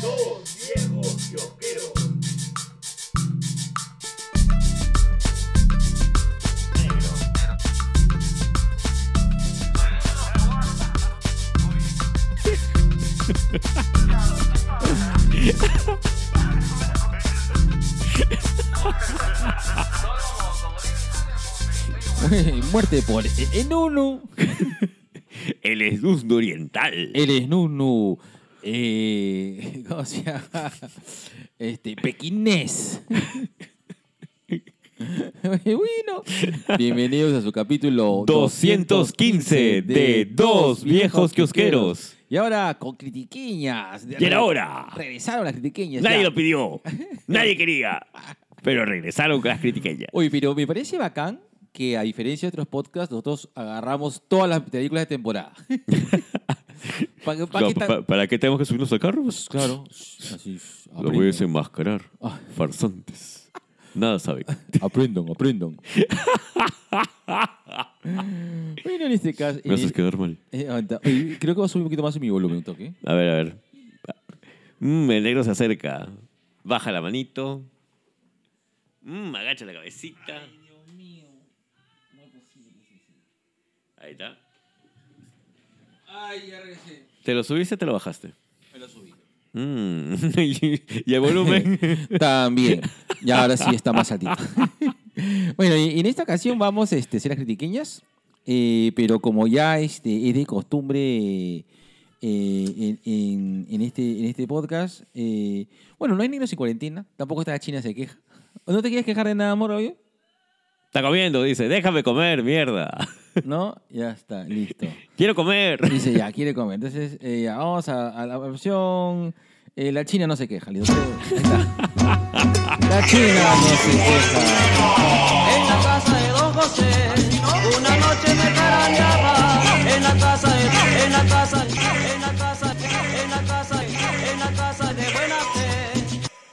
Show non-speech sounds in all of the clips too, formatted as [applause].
Dos viejos kiosqueros. Negro. [laughs] Muerte por e-, [laughs] Enunu. El esduzno oriental. El Enunu. Eh, [laughs] ¿Cómo se llama? Este, Pequinés. [laughs] Bueno, bienvenidos a su capítulo 215 de Dos Viejos Kiosqueros. Y ahora con critiquiñas. Y era hora. Regresaron las critiquiñas. Nadie ya. lo [laughs] pidió. Nadie quería. Pero regresaron con las critiqueñas. Oye, pero me parece bacán que a diferencia de otros podcasts, nosotros agarramos todas las películas de [laughs] temporada. Pa- pa- No, que tan- pa- ¿Para qué tenemos que subirnos a carros? Claro. Lo Así, voy a aprendan, desenmascarar. Ah. Farsantes. Nada [laughs] saben. aprendan, [laughs] aprendan. bueno, en este caso... Me haces eh, quedar mal. eh, aguanta. Oye, creo que va a subir un poquito más en mi volumen, un toque. A ver, a ver. Mm, el negro se acerca. Baja la manito. Mm, agacha la cabecita. Ahí está. Ay, ya regresé. ¿Te lo subiste o te lo bajaste? Me lo subí. Mm. [laughs] y, y el [laughs] volumen. También. Y ahora sí está más altito. [laughs] bueno, y en esta ocasión vamos este, a hacer las critiqueñas, eh, pero como ya este, es de costumbre eh, en, en- en este, en este podcast, eh, bueno, no hay negros en cuarentena, tampoco está la China se queja. ¿No te quieres quejar de nada, amor, hoy? Está comiendo, dice, déjame comer, mierda. [laughs] ¿No? Ya está, listo. Quiero comer. Dice, ya, quiere comer. Entonces, eh, ya, vamos a, a la opción... eh, la China no se queja. listo. Ahí está. La China no se queja. En la casa de Don José, una noche me carangaba. En la casa de, en la casa, en la casa, en la casa, en la casa de buena fe.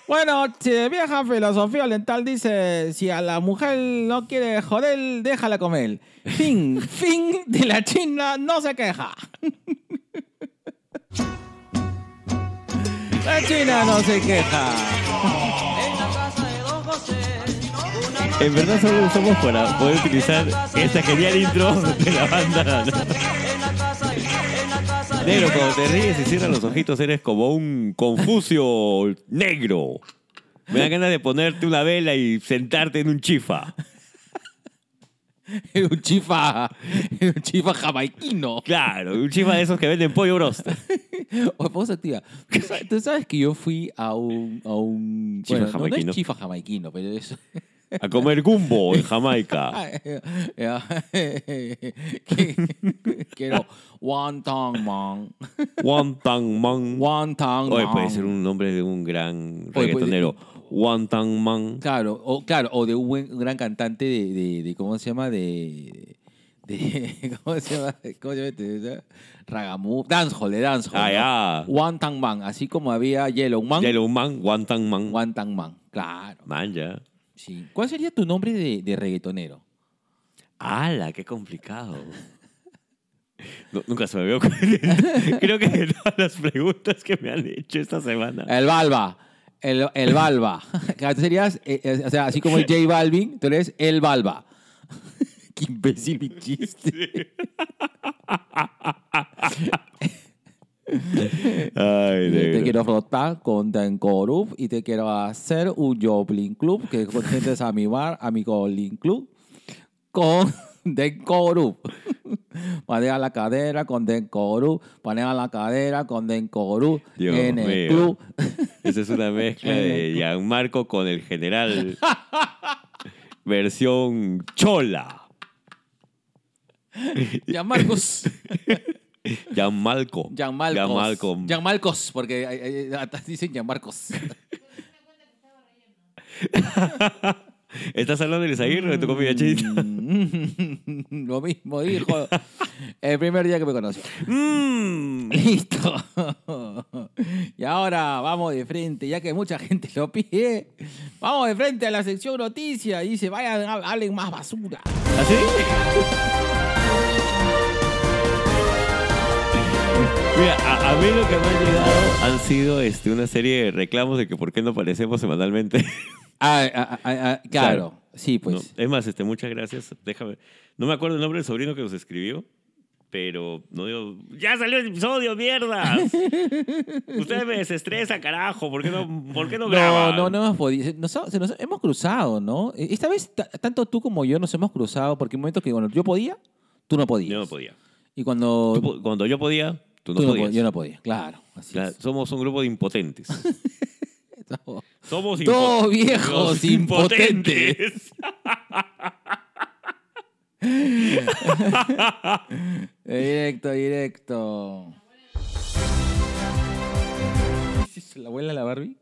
Bueno, che, vieja filosofía oriental dice, si a la mujer no quiere joder, déjala comer. [laughs] Fin, fin de la China no se queja. La China no se queja. En la casa de Don José, una noche En verdad solo lo usamos para poder utilizar esta genial intro de la banda. en la casa, en la casa, Negro, cuando te ríes y cierras los ojitos eres como un confucio negro. Me da ganas de ponerte una vela y sentarte en un chifa. Es un chifa, es un chifa jamaiquino. Claro, un chifa de esos que venden pollo broster. Oye, pausa, tía. ¿Tú sa- Tú sabes que yo fui a un... A un Chifa bueno, no- No, jamaiquino. es chifa jamaiquino, pero es... A comer gumbo en Jamaica. Que- [laughs] Quiero wonton man. Wonton man. Wonton man. Oye, puede ser un nombre de un gran puede- reggaetonero. Wonton man. Claro, o, claro, o de un buen- un gran cantante de, de, de- ¿cómo se llama? De, de [laughs] ¿cómo se llama? ¿Cómo se llama? este? Ragamu, dancehall, de dancehall. Ah, ¿no? ya. Wonton man, así como había Yellow man, Yellow man, wonton man. Wonton man, claro. Man, ya. Sí. ¿Cuál sería tu nombre de, de reggaetonero? ¡Hala, qué complicado! No, nunca se me había [laughs] ocurrido. Creo que de todas las preguntas que me han hecho esta semana. El Balba. El, [laughs] el Balba. Claro, tú serías, eh, eh, o sea, así como el J Balvin, tú eres el Balba. [laughs] Qué imbécil mi chiste. Ay, te negro. quiero frotar con Tenkorup y te quiero hacer un Joplin Club, que contentes a mi bar, a mi Golin Club, con [laughs] Tenkorup. [laughs] Maneja la cadera con Tenkorup, maneja la cadera con Tenkorup Dios en el mío. [laughs] club. Esa es una mezcla de Gianmarco con el [laughs] general. Versión chola. Ya Marcos. Gianmalco. Gianmarcos. Gianmalco. Gianmarcos, porque eh, eh, hasta dicen Gianmarcos. ¿Estás hablando de Isaguirre o de tu comida chita? Mm, [laughs] Lo mismo dijo el primer día que me conoció. Mmm. [laughs] Listo. Y ahora vamos de frente, ya que mucha gente lo pide. Vamos de frente a la sección noticias. Dice, vayan, hab- hablen más basura. ¿Así? Mira, a, a mí lo que me ha llegado han sido este, una serie de reclamos de que por qué no aparecemos semanalmente. [laughs] Ah, ah, ah, ah, claro. Sí, pues. No, es más, este, muchas gracias. Déjame. No me acuerdo el nombre del sobrino que nos escribió, pero no digo. ¡Ya salió el episodio, [laughs] mierda! Ustedes me desestresan, carajo. ¿Por qué no, por qué no, No, graban? no, no hemos podido. Se nos ha- se nos hemos cruzado, ¿no? Eh, Esta vez, ta- tanto tú como yo nos hemos cruzado porque hay momentos que, bueno, yo podía, tú no podías. Yo no podía. Y cuando. Tú po- Cuando yo podía, tú no tú no podías. po- yo no podía, claro. Así Ya, es. somos un grupo de [laughs] impotentes. Estamos- Somos impo- Dos viejos los impotentes. Directo, directo. ¿Qué es eso? ¿La abuela la Barbie?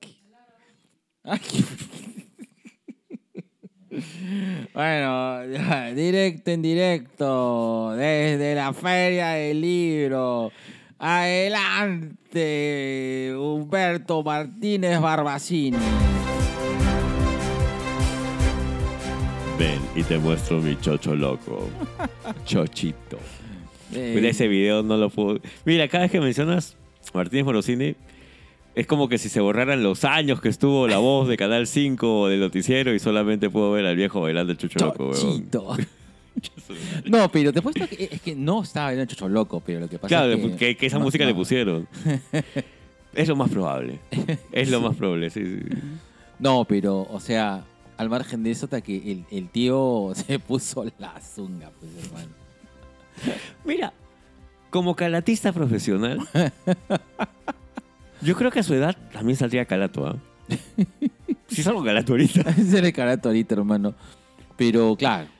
Ay, qué- Bueno, ya, directo en directo, desde la Feria del Libro. Adelante, Humberto Martínez Barbacini. Ven y te muestro mi chocho loco. Chochito. Eh, Mira, ese video no lo puedo. Mira, cada vez que mencionas Martínez Morosini, es como que si se borraran los años que estuvo la voz de Canal 5 o del noticiero y solamente puedo ver al viejo bailando el chucho loco, weón. [laughs] Chochito. No, pero te puesto que es que no estaba en el chocho loco, pero lo que pasa Claro, es que, que, que esa no, música le no. [laughs] pusieron. Es lo más probable. Es lo más probable, sí, sí. No, pero, o sea, al margen de eso, hasta que el, el tío [laughs] se puso la zunga, pues, hermano. [laughs] Mira, como calatista [laughs] profesional, yo creo que a su edad también saldría calato, [laughs] ¿ah? Sí salgo calato ahorita. Ese era el carato ahorita, hermano. Pero, claro, pero,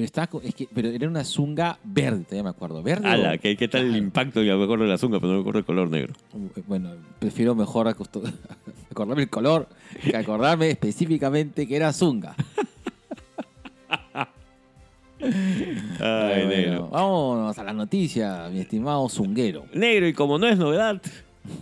estaba co- es que, pero era una zunga verde, todavía me acuerdo. Verde. o- Ala, ¿qué, qué tal el impacto? Ya me acuerdo de la zunga, pero no me acuerdo el color negro. eh, Bueno, prefiero mejor acostu- [laughs] acordarme el color que acordarme específicamente que era zunga. [laughs] Ay, Pero bueno, negro. Vámonos a la noticia, mi estimado zunguero. Negro, y como no es novedad,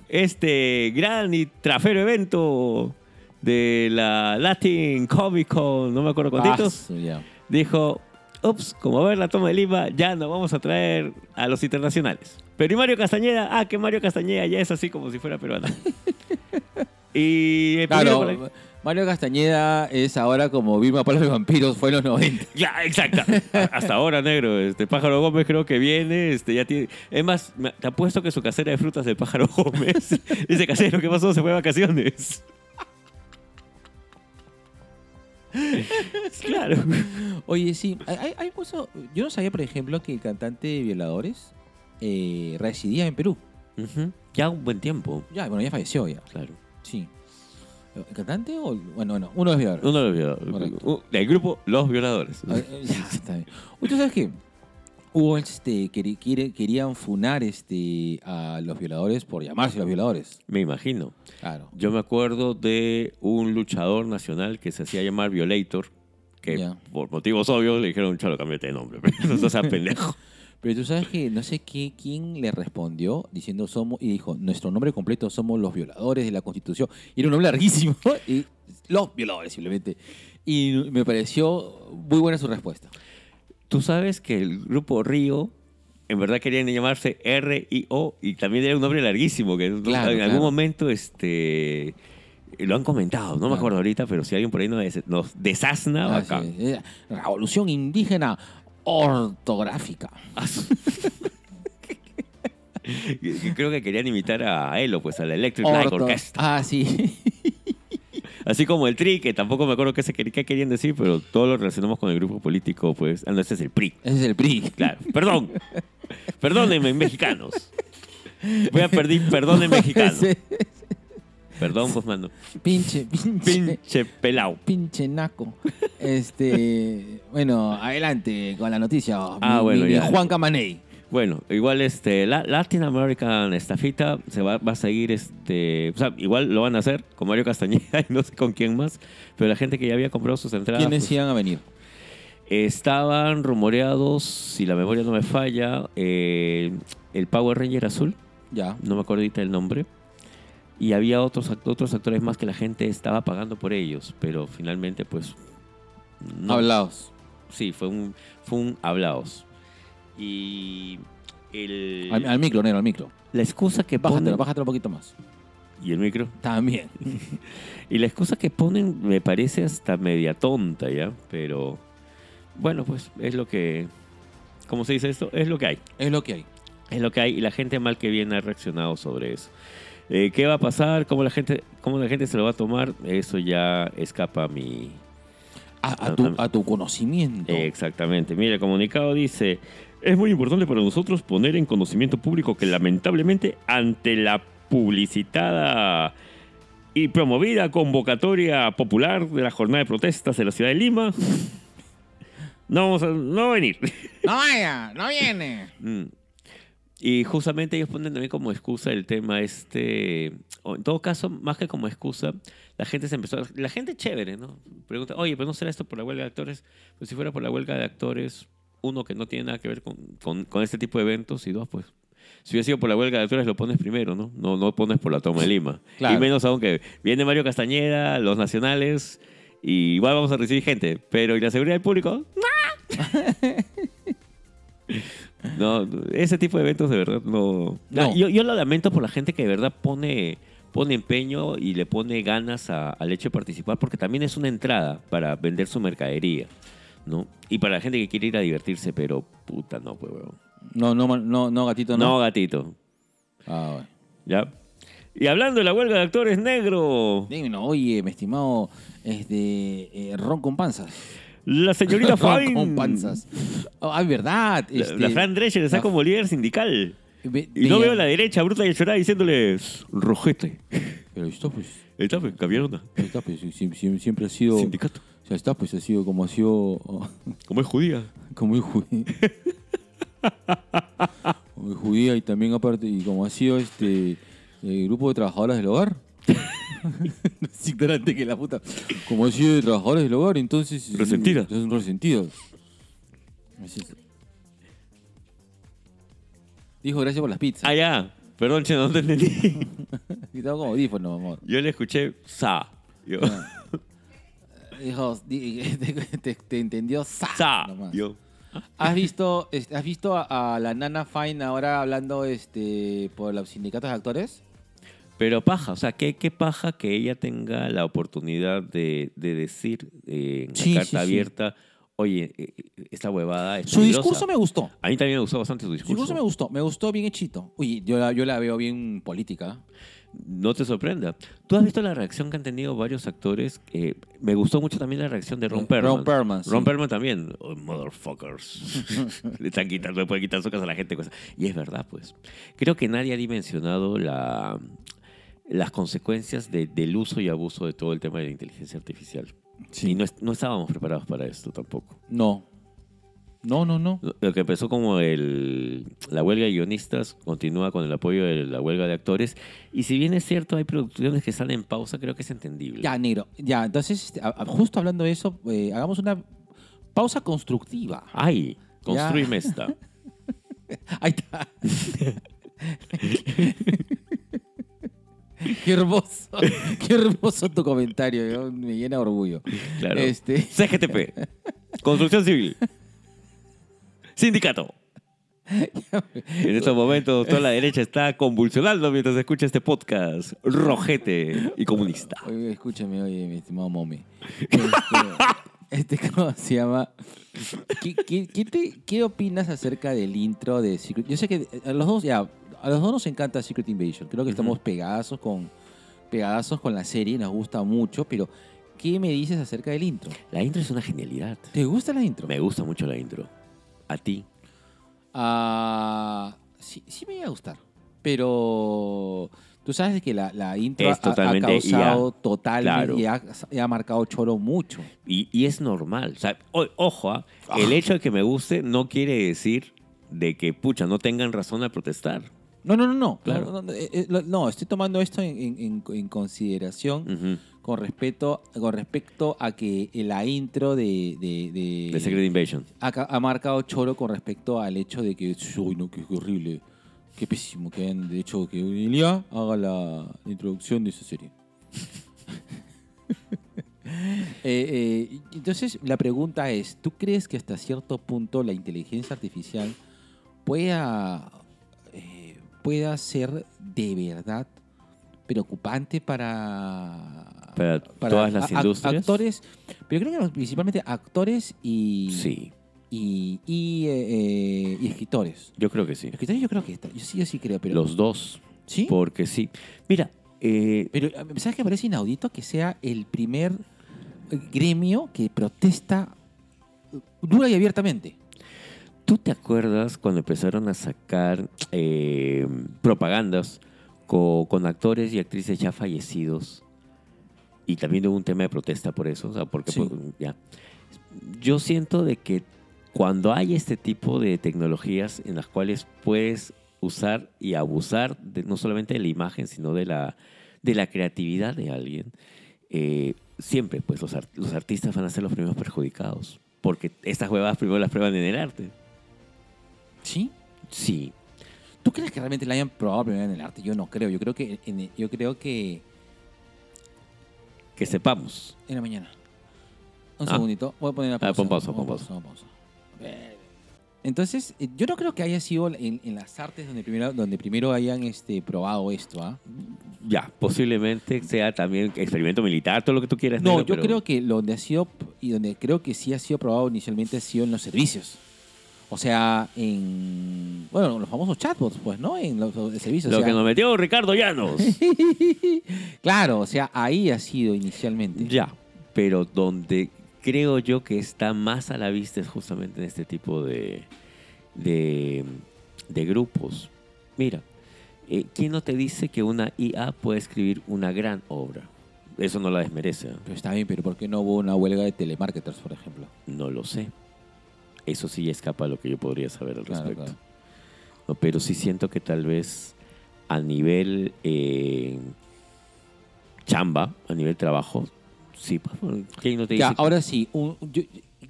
este gran y trafero evento de la Latin Comic Con, no me acuerdo cuántitos, Ah, ya. dijo, ups, como ver la toma de Lima, ya no vamos a traer a los internacionales. Pero y Mario Castañeda, ah, que Mario Castañeda ya es así como si fuera [laughs] peruano. y Claro, Mario Castañeda es ahora como Vilma Palos de Vampiros fue en los 90. Ya, exacto. Hasta ahora, negro. Este pájaro Gómez creo que viene. Este, ya tiene. Es más, me- te apuesto que su casera de frutas del pájaro Gómez. [laughs] Dice casero, ¿qué pasó? Se fue de vacaciones. [laughs] claro. Oye, sí, hay, hay- hay cosas- Yo no sabía, por ejemplo, que el cantante de Violadores eh, residía en Perú. Ujú. Ya un buen tiempo. Ya, bueno, ya falleció ya. Claro. Sí. ¿El cantante o.? Bueno, bueno, uno es Violadores. Uno de los violadores. Correcto. Del grupo Los Violadores. Ah, eh, ya, está bien. Uy, ¿tú sabes qué? Hubo este. queri- quiere- querían funar este, a los violadores por llamarse los violadores. Me imagino. Claro. Yo me acuerdo de un luchador nacional que se hacía llamar Violator. Que Ya. por motivos obvios le dijeron, chalo, cámbiate de nombre. [laughs] Pero no seas pendejo. Pero tú sabes que no sé qué, quién le respondió diciendo somos, y dijo, nuestro nombre completo somos los violadores de la Constitución. Y era un nombre larguísimo, [laughs] y los violadores simplemente. Y me pareció muy buena su respuesta. Tú sabes que el grupo Río en verdad querían llamarse R.I.O. y también era un nombre larguísimo que no- Claro, en claro. algún momento este lo han comentado, no Claro. me acuerdo ahorita, pero si alguien por ahí nos, des- nos desasna Ah, acá. sí, eh, Revolución indígena ortográfica. [laughs] Creo que querían imitar a Elo, pues a la Electric Light Orto- Orchestra. Ah, sí. [laughs] Así como el TRI, que tampoco me acuerdo qué, se quer- qué querían decir, pero todo lo relacionamos con el grupo político, pues. Ah, no, ese es el PRI. Ese es el PRI. Claro, perdón. Perdónenme, mexicanos. Voy a pedir perdón en mexicano. [laughs] Ese- Perdón, pues, mano. pinche, pinche. Pinche pelao. Pinche naco. Este, bueno, adelante con la noticia. Ah, bueno, ya. Juan Camaney. Bueno, igual este la, Latin American Estafita se va, va a seguir este, o sea, igual lo van a hacer con Mario Castañeda [laughs] y no sé con quién más, pero la gente que ya había comprado sus entradas ¿Quiénes pues, iban a venir? estaban rumoreados, si la memoria no me falla, eh, el Power Ranger azul, Ya. no me acuerdo ahorita el nombre, y había otros act- otros actores más que la gente estaba pagando por ellos, pero finalmente pues no, Hablados. Sí, fue un, fue un hablaos. Y, el- Al, al micro, negro, al micro. la excusa que Bájatelo, ponen... bájatelo un poquito más. Y el micro. También. Y la excusa que ponen me parece hasta media tonta, ¿ya? Pero bueno, pues es lo que... ¿Cómo se dice esto? [laughs] Es lo que hay. Es lo que hay. Es lo que hay y la gente mal que viene ha reaccionado sobre eso. Eh, ¿Qué va a pasar? ¿Cómo la, gente, ¿Cómo la gente se lo va a tomar? Eso ya escapa a mi... A, a tu, a tu conocimiento. Eh, exactamente. Mira, el comunicado dice, es muy importante para nosotros poner en conocimiento público que lamentablemente ante la publicitada y promovida convocatoria popular de la jornada de protestas de la ciudad de Lima, [laughs] no vamos a no va a venir. No vaya, no viene. Mm. Y justamente ellos ponen también como excusa el tema este, o en todo caso, más que como excusa, la gente se empezó, la gente chévere, ¿no? Pregunta, oye, pero no será esto por la huelga de actores, pues si fuera por la huelga de actores, uno que no tiene nada que ver con, con, con este tipo de eventos y dos, pues, si hubiera sido por la huelga de actores lo pones primero, ¿no? No, no pones por la toma de Lima. Claro. Y menos aún que viene Mario Castañeda, los nacionales, y igual vamos a recibir gente, pero ¿y la seguridad del público? No, ese tipo de eventos de verdad no. No. Ah, Yo, yo lo lamento por la gente que de verdad pone, pone empeño y le pone ganas a- al hecho de participar, porque también es una entrada para vender su mercadería, ¿no? Y para la gente que quiere ir a divertirse, pero puta, no, pues, weón. No, no, no, no, gatito, No, no. gatito. Ah, bueno. ¿Ya? Y hablando de la huelga de actores negro, Dímelo, oye, mi estimado este, eh, Ron con panzas. la señorita [laughs] Ron Fine. con panzas. Ah, es verdad. La, este, la Fran Drescher está la- como líder sindical. ve- Y no veía- veo a la derecha bruta y el llorada diciéndoles rojete. Pero está, pues, Está, pues, cambiaron de está, pues, si- si- si- siempre ha sido... sindicato. O sea, está, pues, ha sido como ha sido... Como es judía. Como el judío. Como el judía y también aparte, y como ha sido este el grupo de trabajadoras del hogar. es ignorante que la puta. Como ha sido de trabajadoras del hogar, entonces. Resentidas. Son resentidas. Así es. Dijo gracias por las pizzas. Ah, ya. Perdón, che, no te entendí. [laughs] Y Estaba como audífono, amor. Yo le escuché sa. Yo, Ah, Dijo, di- [laughs] te, te- te entendió sa. sa. nomás. Yo, ¿Has visto, este, ¿has visto a, a la Nana Fine ahora hablando este, por los sindicatos de actores? Pero paja, o sea, qué, qué paja que ella tenga la oportunidad de, de decir eh, en Sí, sí, la carta sí. abierta, oye, eh, eh, esta huevada es Su peligrosa". discurso me gustó. A mí también me gustó bastante su Su discurso. discurso me gustó. Me gustó bien hechito. Uy, yo la, yo la veo bien política. No te sorprenda. Tú has visto la reacción que han tenido varios actores. Eh, me gustó mucho también la reacción de Ron Eh, Perlman. Ron Perlman, sí. Ron Perlman también. Oh, motherfuckers. [laughs] le están quitando, le pueden quitar su casa a la gente. cosa. Y es verdad, pues. Creo que nadie ha dimensionado la, las consecuencias de- del uso y abuso de todo el tema de la inteligencia artificial. Y no, es- no estábamos preparados para esto tampoco. No. No, no, no. Lo que empezó como el, la huelga de guionistas continúa con el apoyo de la huelga de actores. Y si bien es cierto, hay producciones que están en pausa, creo que es entendible. Ya, negro. Ya, entonces, este, a- a- justo hablando de eso, eh, hagamos una pausa constructiva. Ay, construime esta. [laughs] Ahí está. Qué hermoso, qué hermoso tu comentario, yo- me llena de orgullo. Claro. Este, CGTP. Construcción civil. Sindicato. En estos momentos toda la derecha está convulsionando mientras escucha este podcast. Rojete y comunista. Oye, escúchame, oye, mi estimado Momi. [laughs] Este, este, ¿cómo se llama? ¿Qué, qué, qué te- qué opinas acerca del intro de Secret? Yo sé que a los dos, ya, a los dos nos encanta Secret Invasion. Creo que estamos pegadazos con, pegadazos con la serie, nos gusta mucho, pero ¿qué me dices acerca del intro? La intro es una genialidad. ¿Te gusta la intro? Me gusta mucho la intro. A ti. Ah, sí, sí me iba a gustar, pero tú sabes que la, la intro Es ha- ha, totalmente causado IA, totalmente claro. y ha, y ha marcado choro mucho. Y, y es normal. O sea, o- ojo, ¿ah? el hecho de que me guste no quiere decir de que, pucha, no tengan razón a protestar. No, no, no, no. Claro. No, no, no, eh, eh, lo- no, estoy tomando esto en, en- en- en consideración Ujú. con respecto, con respecto a que la intro de, de, de- The Secret Invasion. ha, ca- ha marcado choro con respecto al hecho de que, uy, no, que horrible, qué pésimo que hayan de hecho que Elia haga la introducción de esa serie. [laughs] Eh, eh, entonces, la pregunta es, ¿tú crees que hasta cierto punto la inteligencia artificial pueda eh, pueda ser de verdad preocupante para, Para todas las ac- industrias. Actores, pero creo que los- principalmente actores y, Sí, y, y, eh, eh, y escritores. yo creo que sí. Escritores yo creo que está, yo sí, yo sí creo, pero... Los dos. ¿Sí? Porque sí. Mira, eh, Pero, ¿sabes qué me parece inaudito? Que sea el primer eh, gremio que protesta eh, dura y abiertamente. ¿Tú te acuerdas cuando empezaron a sacar eh, propagandas co- con, actores y actrices ya fallecidos? Y también hubo un tema de protesta por eso, o sea, porque Sí. pues, ya. Yo siento de que cuando hay este tipo de tecnologías en las cuales puedes usar y abusar de- no solamente de la imagen, sino de la, de la creatividad de alguien, eh, siempre pues los, ar- los artistas van a ser los primeros perjudicados. Porque estas huevadas primero las prueban en el arte. ¿Sí? Sí, ¿Tú crees que realmente la hayan probado primero en el arte? Yo no creo. Yo creo que en, yo creo que que sepamos. en la mañana. Un Ah. segundito. Voy a poner la pausa. Ah, pon pausa, Pon pon pausa. pon pausa. Eh, Entonces, eh, yo no creo que haya sido en, en las artes donde primero, donde primero hayan este, probado esto. ¿ah? Ya, posiblemente sea también experimento militar, todo lo que tú quieras. No, negro, yo pero- creo que lo donde ha sido y donde creo que sí ha sido probado inicialmente ha sido en los servicios. O sea, en bueno, en los famosos chatbots, pues, ¿no? En los, los servicios. Lo o sea, que nos metió Ricardo [laughs] Llanos. Claro, o sea, ahí ha sido inicialmente. ya, pero donde creo yo que está más a la vista es justamente en este tipo de, de, de grupos. Mira, eh, ¿quién no te dice que una IA puede escribir una gran obra? Eso no la desmerece, ¿eh? Pero está bien, pero ¿por qué no hubo una huelga de telemarketers, por ejemplo? no lo sé. Eso sí escapa a lo que yo podría saber al Claro, respecto. claro. No, pero sí siento que tal vez a nivel eh, chamba, a nivel trabajo, sí, pues, bueno, ¿quién no te Ya, dice? que- ahora sí. un- yo-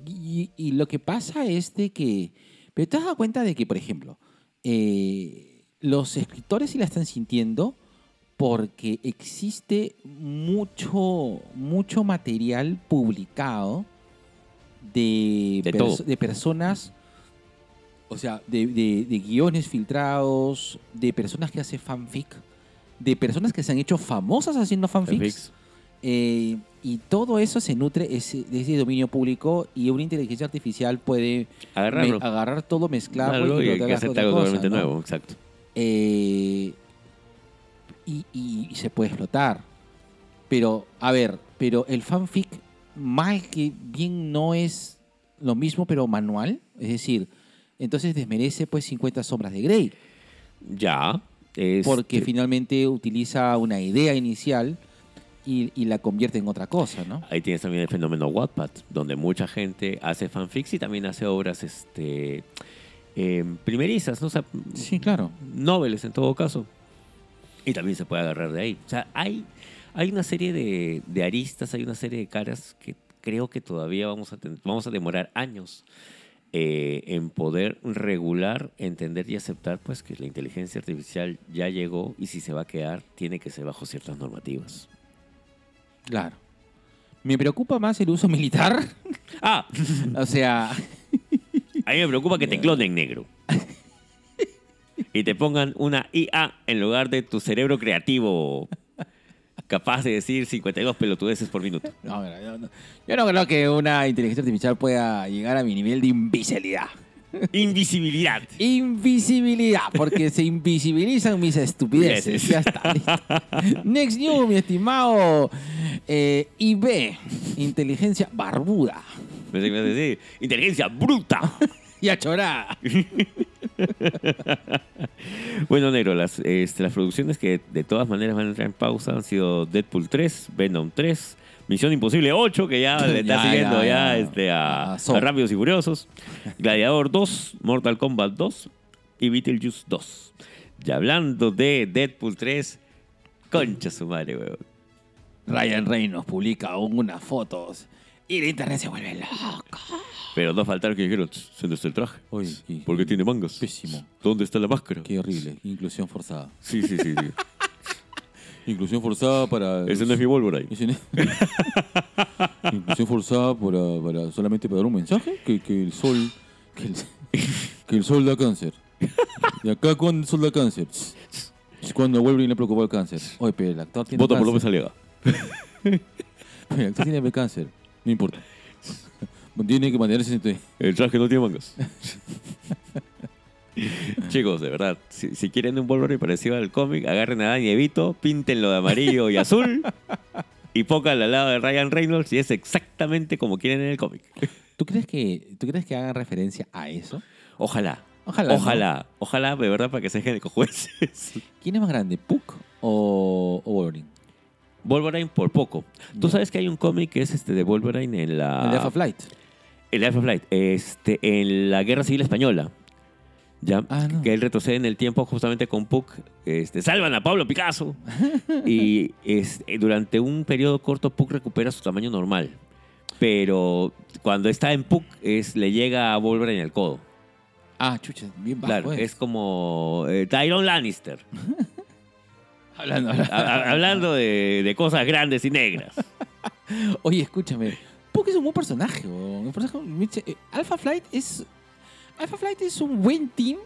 y, y lo que pasa es de que... Pero te has dado cuenta de que, por ejemplo, eh, los escritores sí la están sintiendo porque existe mucho, mucho material publicado de, De perso- todo. de personas, o sea, de, de- de guiones filtrados, de personas que hacen fanfic, de personas que se han hecho famosas haciendo fanfics. Fix. Eh, y todo eso se nutre ese- de ese dominio público y una inteligencia artificial puede Agarrarlo. me- agarrar todo, mezclarlo Algo y, y brotar que las hacerte otras algo cosas, totalmente ¿no? nuevo, exacto. Eh, y, y- y se puede explotar. Pero, a ver, pero el fanfic, mal que bien no es lo mismo, pero manual, es decir, entonces desmerece pues 50 sombras de Grey Ya. este, porque finalmente utiliza una idea inicial y, y la convierte en otra cosa, ¿no? Ahí tienes también el fenómeno Wattpad, donde mucha gente hace fanfics y también hace obras este, eh, primerizas, ¿no? O sea, Sí, claro. noveles en todo caso. Y también se puede agarrar de ahí. O sea, hay, hay una serie de, de aristas, hay una serie de caras que creo que todavía vamos a, ten- vamos a demorar años eh, en poder regular, entender y aceptar pues que la inteligencia artificial ya llegó y si se va a quedar, tiene que ser bajo ciertas normativas. Claro. Me preocupa más el uso [laughs] militar. Ah, o sea, a mí me preocupa que te clonen negro. Y te pongan una IA en lugar de tu cerebro creativo, capaz de decir 52 pelotudeces por minuto. no, mira, yo, no, yo no creo que una inteligencia artificial pueda llegar a mi nivel de invisibilidad. Invisibilidad. Invisibilidad, porque se invisibilizan mis estupideces. Yes. Ya está, listo. Next New, mi estimado eh, IB, inteligencia barbuda Pensé que me ibas a decir, Inteligencia bruta. y achorada. bueno, negro, las, este, las producciones que de todas maneras van a entrar en pausa han sido Deadpool 3, Venom 3, Misión Imposible 8, que [laughs] ya le está Ya, siguiendo ya, ya, ya. Ah, este, a, A Saw. a Rápidos y Furiosos, Gladiador 2, Mortal Kombat 2 y Beetlejuice 2. Y hablando de Deadpool 3, concha su madre, weón. Ryan Reynolds publica aún unas fotos y el internet se vuelve loco. Pero no faltaron que dijeron, se nos el traje. Oye, y- ¿Por qué tiene mangas? Pésimo. ¿Dónde está la máscara? inclusión forzada. Sí, sí, sí. sí. [laughs] Inclusión forzada para. Ese no es mi Volvo ahí. Ese no es- Inclusión forzada para, para- solamente para dar un mensaje que, que el sol. Que el, que el sol da cáncer. ¿Y acá cuándo el sol da cáncer? Cuando Wolverine le preocupó el cáncer. Oye, pero el actor tiene Vota por cáncer. López Aliaga. Pero el actor tiene cáncer. No importa. [laughs] tiene que mantenerse en El traje no tiene mangas. [laughs] Chicos, de verdad, si, si quieren un Wolverine parecido al cómic, agarren a Dani Evito, píntenlo de amarillo y azul y pónganlo al lado de Ryan Reynolds y es exactamente como quieren en el cómic. ¿Tú crees que tú crees que hagan referencia a eso? Ojalá. Ojalá, ¿no? Ojalá. Ojalá, de verdad, para que se dejen de cojueces. [laughs] ¿Quién es más grande, Puck o, o Wolverine? Wolverine por poco. Tú Ya. sabes que hay un cómic que es este de Wolverine en la... El de Alpha Flight. El Alpha Flight. Este, en la Guerra Civil Española. ¿Ya? Ah, no. Que él retrocede en el tiempo justamente con Puck. Este, salvan a Pablo [laughs] Picasso. y este, durante un periodo corto Puck recupera su tamaño normal. Pero cuando está en Puck es, le llega a Wolverine al codo. Ah, chucha, bien bajo. eh. Claro, es como eh, Tyrone Lannister. Hablando, Ha- ha- hablando de, de cosas grandes y [laughs] negras. Oye, escúchame. Puck es un buen personaje, weón. Un personaje muy ch- eh, Alpha Flight es. Alpha Flight es un buen team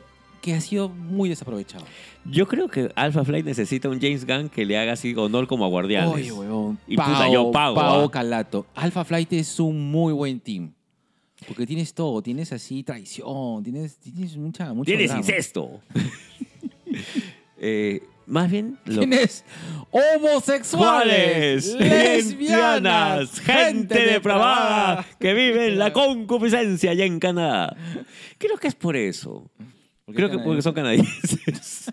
que ha sido muy desaprovechado. Yo creo que Alpha Flight necesita un James Gunn que le haga así honor como a Guardianes. Oye, weón. Y puta, yo pago, Pao ah. Calato. Alpha Flight es un muy buen team. Porque tienes todo, tienes así traición, tienes, tienes mucha, mucho Tienes drama. incesto. [laughs] Eh, más bien, lo- Tienes homosexuales, homosexuales, lesbianas, gente depravada que vive en la Claro. concupiscencia allá en Canadá. Creo que es por eso. ¿Por qué Creo que porque canadiense? son canadienses.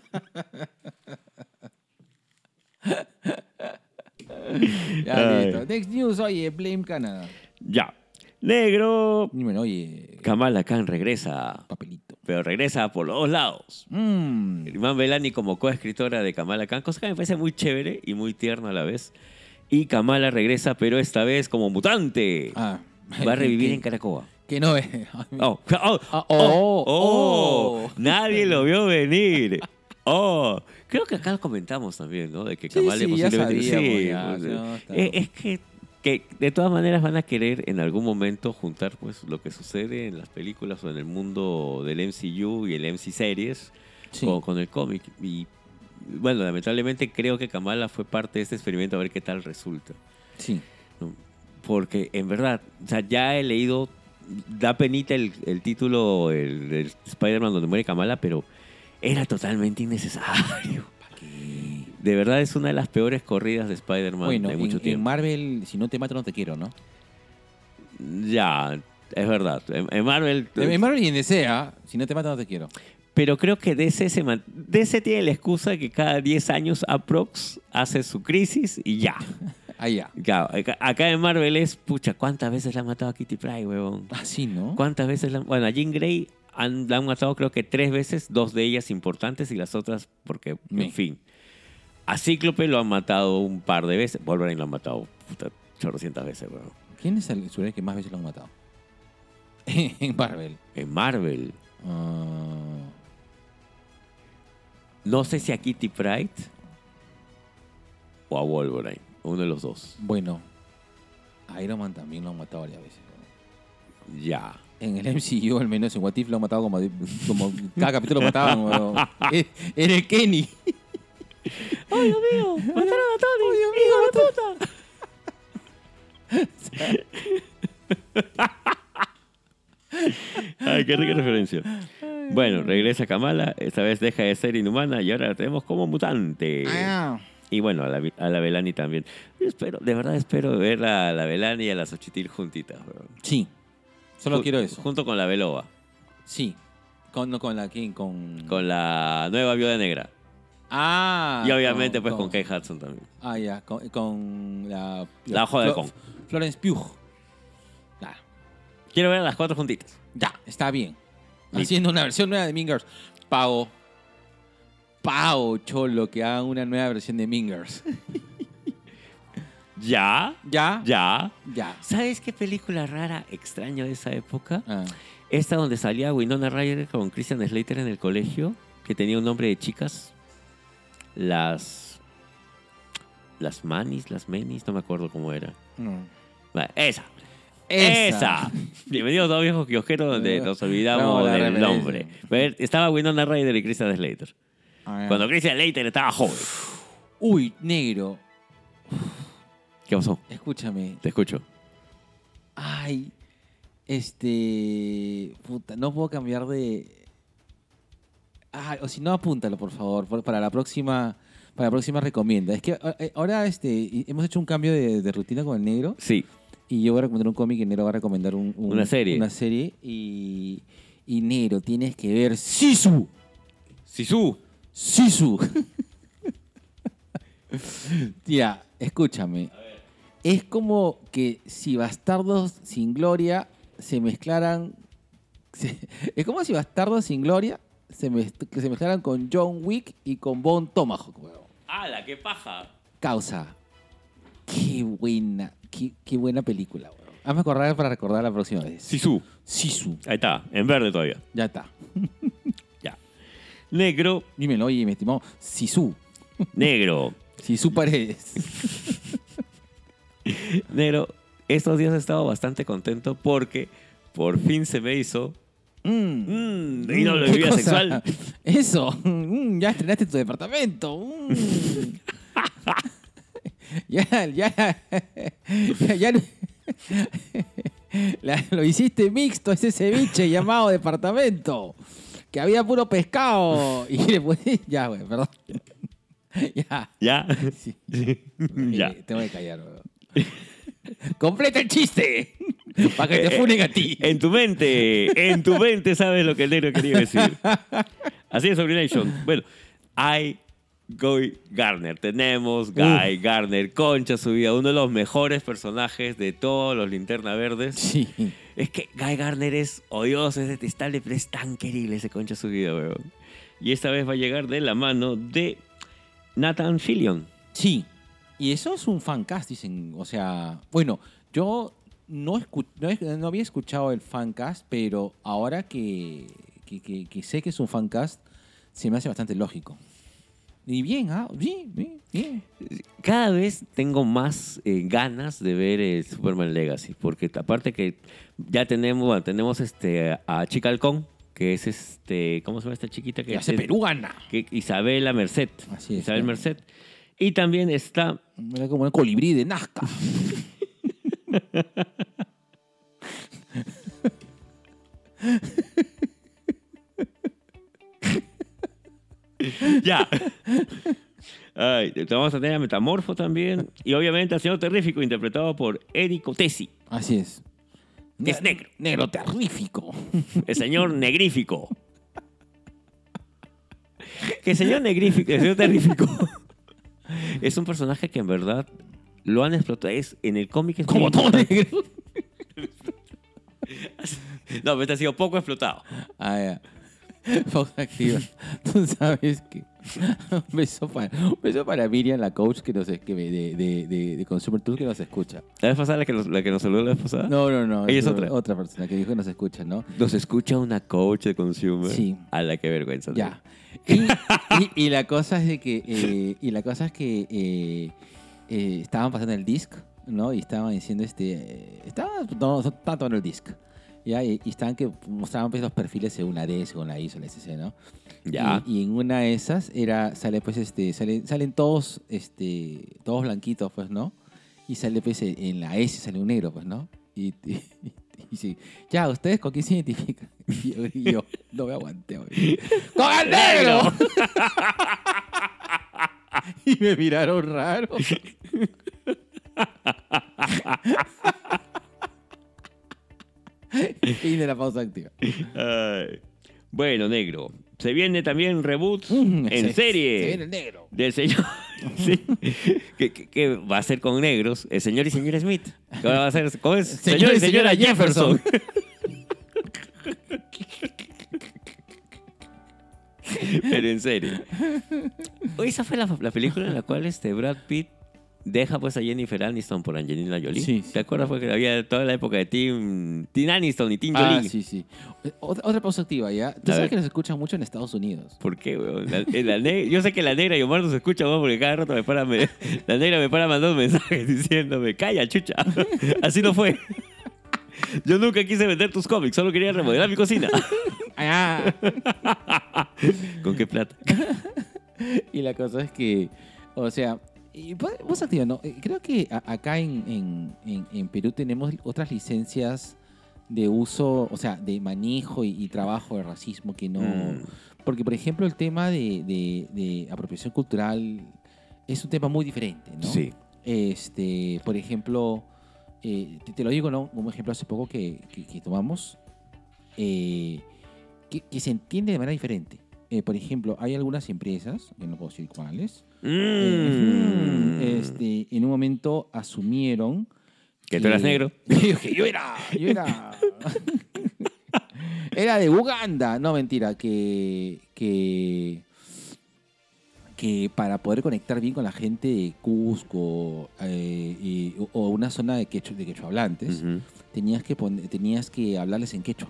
[laughs] Ya, Ay. listo. Next News, oye, Blame Canada. ya. Negro. Y Bueno, oye, Kamala Khan regresa, papelito. pero regresa por los dos lados. Mm. Irmán Belani como coescritora de Kamala Khan, cosa que me parece muy chévere y muy tierno a la vez. Y Kamala regresa, pero esta vez como mutante. Ah. Va a revivir [laughs] Que- en Caracoa. Que no es. [laughs] Oh, oh, Ah, oh, oh, oh. oh. nadie lo vio [laughs] venir. Oh, creo que acá lo comentamos también, ¿no? De que Sí, Kamala sí, ya posiblemente sabíamos, sí, ya, pues, no, eh, está es, que, que de todas maneras van a querer en algún momento juntar pues lo que sucede en las películas o en el mundo del MCU y el MC series Sí. con, con el cómic y bueno, lamentablemente creo que Kamala fue parte de este experimento a ver qué tal resulta. Sí. Porque en verdad, o sea, ya he leído, da penita el, el título el, del Spider-Man donde muere Kamala, pero era totalmente innecesario. De verdad es una de las peores corridas de Spider-Man Bueno, de en, mucho en tiempo. Marvel, si no te mato, no te quiero, ¿no? Ya, es verdad. Em, En, en Marvel. En en Marvel y en DC, ¿ah? si no te mato, no te quiero. Pero creo que DC, se man- DC tiene la excusa de que cada 10 años aprox hace su crisis y [laughs] ya. Allá. Claro, acá, acá en Marvel es, pucha, ¿cuántas veces la han matado a Kitty Pryde, huevón? Así, ¿no? ¿Cuántas veces la han... Bueno, a Jean Grey han, la han matado creo que tres veces, dos de ellas importantes y las otras porque, Me. en fin. A Cíclope lo han matado un par de veces. Wolverine lo han matado puta, chorrocientas veces, weón. ¿Quién es el superhéroe que más veces lo han matado? [laughs] en Marvel. En Marvel, Ah, no sé si a Kitty Pryde o a Wolverine, uno de los dos. bueno, a Iron Man también lo han matado varias veces. ¿no? Ya. En el [laughs] MCU, al menos en What If, lo han matado como, como cada capítulo lo mataban. [laughs] weón. Eh, Era el Kenny. ¡Ay, Dios mío! ¡Mataron a Tony! puta! Ay, qué rica referencia. Bueno, regresa Kamala, esta vez deja de ser inhumana y ahora la tenemos como mutante. Ah, Y bueno, a la, a la Belani también. Yo espero, de verdad espero ver a la Belani y a la Xochitl juntitas. weón. sí, solo Ju- quiero eso. Junto con la Belova, Sí. Con, no, con la King, con... con la nueva viuda negra. Ah. y obviamente pues con qué Kate Hudson también. Ah, ya, con, con la... La hoja de Flo- con. Florence Pugh. Claro. Quiero ver a las cuatro juntitas. Ya, está bien. Listo. Haciendo una versión nueva de Mingers. Pago. Pago, cholo, que hagan una nueva versión de Mingers. [laughs] Ya, ¿Ya? ya. Ya. ¿Sabes qué película rara, extraña de esa época? Ah, Esta donde salía Winona Ryder con Christian Slater en el colegio, que tenía un nombre de chicas. Las. Las Manis, las Menis, no me acuerdo cómo era. no. Bueno, esa. Esa. Esa. Bienvenidos a dos viejos kiosqueros donde nos No, olvidamos la del referencia. nombre. Pero Estaba Winona Ryder y Christian Slater. A ver. Cuando Christian Leiter estaba joven. ah. Uy, negro. ¿Qué pasó? Escúchame. Te escucho. Ay. Este. Puta, no puedo cambiar de. Ay, o si no, apúntalo, por favor, por- para la próxima. Para la próxima recomienda. Es que eh, ahora este, y- hemos hecho un cambio de, de rutina con el negro. Sí. Y yo voy a recomendar un cómic y Nero va a recomendar un- un- Una serie. Una serie. Y, y Nero, tienes que ver Sisu. Sisu. Sisu. [laughs] Tía, escúchame. Es como que si Bastardos sin Gloria se mezclaran. se- [laughs] es como si Bastardos sin Gloria se, mez- que se mezclaran con John Wick y con Von Tomahawk, weón. ¡Hala, qué paja! Causa. Qué buena, qué, qué buena película, weón. Hazme acordar para recordar la próxima vez. Sisu. Sisu. Ahí está, en verde todavía. Ya está. Ya. Negro, Dímelo, oye, mi estimado. Sisu. negro, Sisu Paredes. negro. Estos días he estado bastante contento porque por fin se me hizo. Mm. Mm, y no lo ¿Qué vivía cosa? sexual. [laughs] Eso. Mm, ya estrenaste tu departamento. Mm. [laughs] ya, ya, ya, ya lo, La- lo hiciste mixto ese ceviche llamado departamento. Que había puro pescado. Y le puse- [laughs] Ya, güey, perdón. ya. Ya. Sí. [laughs] ya. Eh, Tengo que callar, güey. [laughs] Completa el chiste. Para que Eh, te funen a ti. En tu mente, en tu mente sabes lo que el negro quería decir. Así es, sobre Nation. Bueno, hay Guy Garner. Tenemos Guy Garner, concha su vida, uno de los mejores personajes de todos los Linterna Verdes. Sí. Es que Guy Garner es odioso, es detestable, pero es tan querible ese concha su vida, weón. Y esta vez va a llegar de la mano de Nathan Fillion. Sí, y eso es un fancast, dicen. O sea, bueno, yo no, escu- no, es- no había escuchado el fancast, pero ahora que, que, que- que sé que es un fancast, se me hace bastante lógico. Y bien, ah, bien, bien, bien. Cada vez tengo más eh, ganas de ver eh, Superman Legacy, porque aparte que ya tenemos, bueno, tenemos este, a Chica Halcón, que es este, ¿cómo se llama esta chiquita? Que Que hace es- peruana. que- Isabela Merced. Así es, Isabel claro. Merced. Y también está Era como un colibrí de Nazca. Ya. [laughs] Ay, te vamos a tener a Metamorfo también. Y obviamente al señor terrífico, interpretado por Eric Otesi, Así es. Es negro. Negro terrífico. el señor negrífico. Que el señor negrífico, el señor terrífico, [laughs] es un personaje que en verdad lo han explotado. Es, en el cómic es [laughs] Como muy todo importante. negro. No, pero este ha sido poco explotado. Ah, ya. [laughs] Pausa activa. [laughs] Tú sabes que. [laughs] Un beso para, un beso para Miriam, la coach que nos, que me- de, de, de, de Consumer Tour que nos escucha. ¿La vez pasada la que nos, la que nos saludó la vez pasada? No, no, no. ¿Ah? Ella es otra. Otra persona que dijo que nos escucha, ¿no? Nos escucha una coach de consumer. Sí. A la que vergüenza. Ya. Y, y- y la cosa es de que. eh, y la cosa es que eh, eh, estaban pasando el disc, ¿no? Y estaban diciendo este. eh, estaban, no, estaban tomando el disc. ¿ya? Y, y estaban que mostraban pues, los perfiles según la D, según la I, según la SC, ¿no? Ya. Y, y en una de esas era, sale pues este, salen, salen todos, este, todos blanquitos, pues, ¿no? Y sale pues en en la S sale un negro, pues, ¿no? Y, [laughs] y, y dice, ya, ¿ustedes con quién se identifican? [laughs] Y yo, y yo, no me aguanté, güey. ¡Con el negro! [laughs] y me miraron raro. [laughs] fin de la pausa activa. Ay. Bueno, negro. Se viene también reboot en Se- serie. Mm, Se viene el negro. Del señor. [laughs] sí, que, que- que va a ser con negros. El señor y señora Smith. Que ahora va a ser. ¿Cómo es? Señor y señora [laughs] Jefferson. Pero en serio. Oye, Esa fue la, la película en la cual este Brad Pitt deja pues a Jennifer Aniston por Angelina Jolie. Sí, ¿Te sí. acuerdas? Fue que había toda la época de Tim, Tim Aniston y Tim Ah, Jolie. sí, sí. Otra, otra pausa activa, ¿ya? Tú A ver. sabes que nos escuchan mucho en Estados [laughs] Unidos. ¿Por qué, weón? La- eh, la ne- yo sé que la negra y Omar nos escucha, weón, porque cada rato me para. me- la negra me para mandando mensajes [laughs] diciéndome, calla, chucha. [laughs] Así no fue. [laughs] Yo nunca quise vender tus cómics, solo quería [laughs] remodelar mi cocina. Ah, ¿Con qué plata? y la cosa es que, o sea, y pues, vos sabés, tío, ¿no? Eh, creo que a- acá en, en- en- en Perú tenemos otras licencias de uso, o sea, de manejo y, y trabajo de racismo que no... Mm. Porque, por ejemplo, el tema de, de- de apropiación cultural es un tema muy diferente, ¿no? Sí. Este, por ejemplo, eh, te, te lo digo, ¿no? Como ejemplo hace poco que, que- que tomamos, eh, que, que se entiende de manera diferente. Eh, por ejemplo, hay algunas empresas, que no puedo decir cuáles, Mm. eh, este, en un momento asumieron Que tú eras negro. [laughs] Yo, que yo era, yo era. [laughs] era de Uganda. No, mentira, que, que. que para poder conectar bien con la gente de Cusco eh, y- o una zona de quechua, de quechua hablantes, Ujú. tenías, que pon- tenías que hablarles en quechua.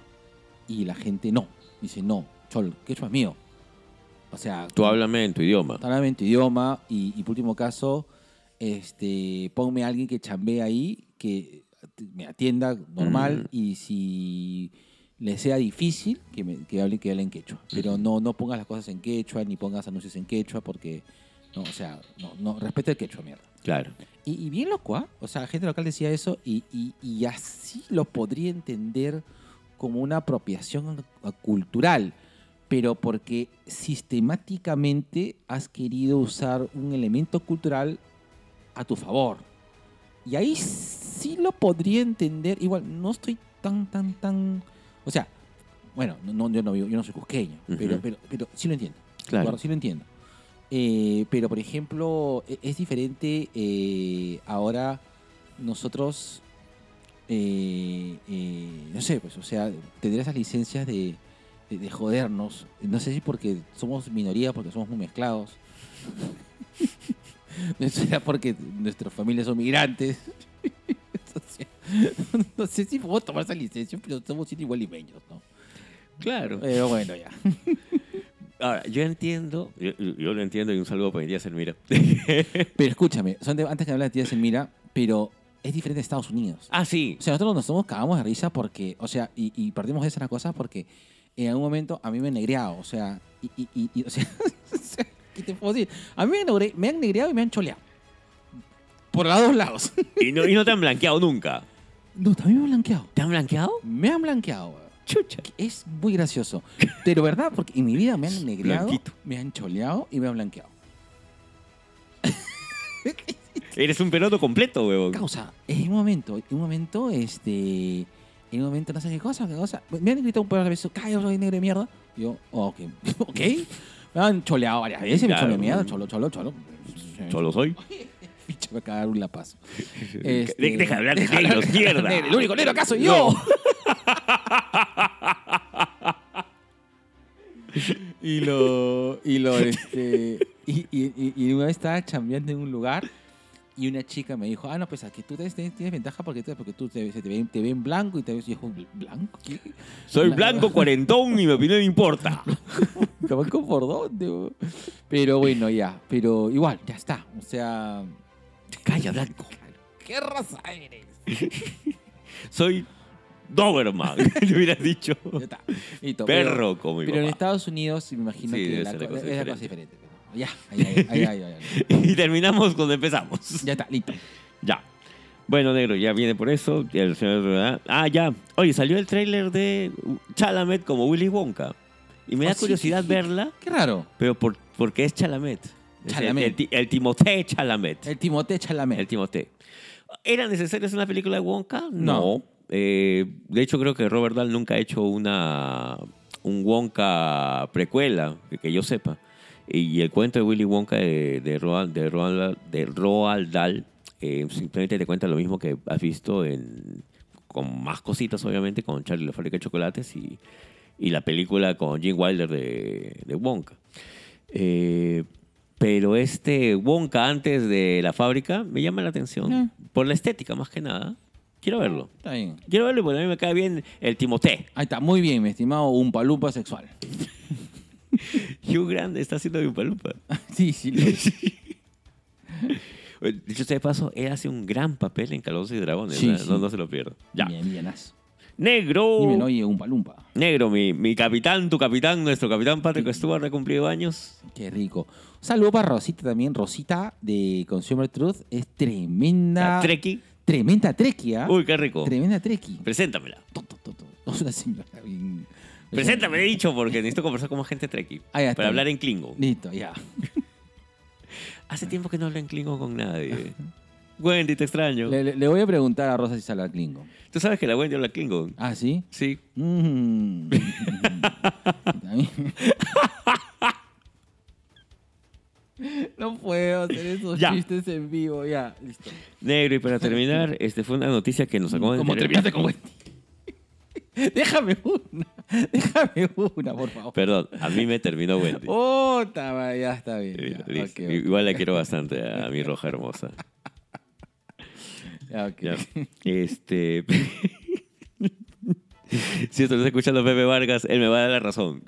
Y la gente no. Dice, no, chol, quechua es mío. O sea, Tú háblame en tu idioma. Háblame en tu idioma y, y por último caso, este, ponme a alguien que chambee ahí, que at- me atienda normal y si le sea difícil, que, me- que hable que hable en quechua. Pero no, no pongas las cosas en quechua ni pongas anuncios en quechua porque, no, o sea, no, no, respeta el quechua, mierda. Claro. Y, y bien loco, ¿ah? O sea, la gente local decía eso y, y- y así lo podría entender como una apropiación a- cultural, pero porque sistemáticamente has querido usar un elemento cultural a tu favor. Y ahí sí lo podría entender. Igual, no estoy tan, tan, tan... O sea, bueno, no, yo, no, vivo- yo no soy cusqueño, Ujú. pero, pero, pero sí lo entiendo. Claro. Bueno, sí lo entiendo. Eh, pero, por ejemplo, e- es diferente eh, ahora nosotros, eh, eh, no sé, pues, o sea, tener esas licencias de, de- de jodernos. No sé si porque somos minoría, porque somos muy mezclados. [laughs] no será porque nuestras familias son migrantes. [laughs] O sea, no sé si puedo tomar esa licencia, pero estamos siendo igual limeños, ¿no? Claro. Pero bueno, ya. Ahora, yo entiendo, yo, yo lo entiendo y un saludo para Elías Elmira. Pero escúchame, son de- antes que hablar de Tías en Mira, pero es diferente a Estados Unidos. [laughs] ah, sí. O sea, nosotros nos somos cagamos de risa porque, o sea, y, y perdimos esas cosas porque en algún momento a mí me han negreado, o sea, y, y- y- y, o sea, [laughs] o sea, ¿qué te puedo decir? A mí me, han negre- me han negreado y me han choleado. Por los dos lados. [laughs] Y no, y no te han blanqueado nunca. No, también me han blanqueado. ¿Te han blanqueado? Me han blanqueado, weón. Chucha. Es muy gracioso. Pero verdad, porque en mi vida me han [laughs] negreado, Blanquito. me han choleado y me han blanqueado. Eres un peloto completo, huevón. causa, en un momento, en un momento, este, en un momento no sé qué cosa, qué cosa, me han gritado un par de veces, cállate, soy negro de mierda. Y yo, oh, ok, [laughs] ok. Me han choleado varias veces, me Claro. chole mierda, cholo, cholo, cholo. Solo soy. Picho, me acaba de dar [laughs] un lapazo. Este- De- [laughs] Deja de hablar de Deja hablar negros, de mierda. [laughs] negro, El único negro acaso soy yo. [laughs] y lo, y lo, este, y, y- y- y una vez estaba chambeando en un lugar y una chica me dijo, ah, no, pues aquí tú tienes, tienes- tienes ventaja porque, tú- porque tú te, se te, ven, te ven blanco y te ves, y yo, "¿Bl- ¿blanco? ¿Qué? Soy blanco cuarentón y mi opinión no importa. ¿Blanco por dónde? bo?". Pero bueno, ya, pero igual, ya está, o sea... Calla, blanco. ¿Qué raza eres? [laughs] Soy Doberman, [laughs] le hubieras dicho. Ya está, listo, pero- Perro como mi Pero en papá. Estados Unidos, me imagino Sí, que debe la ser la co- cosa es la cosa diferente. pero Ya, ahí, ahí, ahí, ahí, ahí, ahí. Y terminamos cuando empezamos. Ya está, listo. Ya. Bueno, negro, ya viene por eso. El señor, ¿verdad? Ah, ya. Oye, salió el tráiler de Chalamet como Willy Wonka. Y me Oh, da sí, curiosidad sí, sí. verla, Qué raro. pero por, porque es Chalamet. Es el- Chalamet. El, ti- el Timothée Chalamet. El Timote Chalamet. El Timothée. ¿Era necesaria una película de Wonka? No. Eh, de hecho, creo que Robert Dahl nunca ha hecho una un Wonka precuela, que, que yo sepa. Y, el cuento de Willy Wonka de, de, Roald, de, Roald, de Roald Dahl eh, simplemente te cuenta lo mismo que has visto en, con más cositas, obviamente, con Charlie la fábrica de chocolates y, y la película con Jim Wilder de, de Wonka. Eh, pero este Wonka antes de la fábrica me llama la atención. Mm. Por la estética, más que nada. Quiero verlo. Está bien. Quiero verlo porque a mí me cae bien el Timothée. [laughs] Ahí está, muy bien, mi estimado un palumpa sexual. [laughs] Hugh Grant está haciendo de palupa. Sí, sí. lo es. Dicho sea de paso, él hace un gran papel en Calabozos y Dragones. Sí, ¿verdad? sí. No, no se lo pierdo. Ya. Oh. Bien, bienazo. Negro. Dímelo, oye, un palumpa. Negro, mi, mi capitán, tu capitán, nuestro capitán Patrick Stewart ha cumplido años. Qué rico. Un saludo para Rosita también. Rosita de Consumer Truth es tremenda. La Treki. Tremenda trequia. Uy, qué rico. Tremenda trequi. Preséntamela. To, to, to, to. Es una señora bien- Preséntame, he dicho, porque necesito conversar con más gente Treki. Ah, ya Para está. hablar en Klingon. Listo, ya. [laughs] Hace tiempo que no hablo en Klingon con nadie. Wendy, te extraño. Le, le- le voy a preguntar a Rosa si sale al Klingon. Tú sabes que la Wendy habla Klingon. ¿Ah, sí? Sí. Mm. [laughs] También. no puedo hacer esos Ya. chistes en vivo, ya. Listo. Negro, y para terminar, este fue una noticia que nos acabó de Como enterar. terminaste con Wendy. [laughs] déjame una. Déjame una, por favor. Perdón, a mí me terminó [laughs] Wendy. Puta, madre, ya está bien. Eh, ya, listo. ok, ok, Igual la quiero bastante a mi roja hermosa. ya, [laughs] ok. Ya. Este. [laughs] si esto lo está escuchando Pepe Vargas, él me va a dar la [laughs] razón.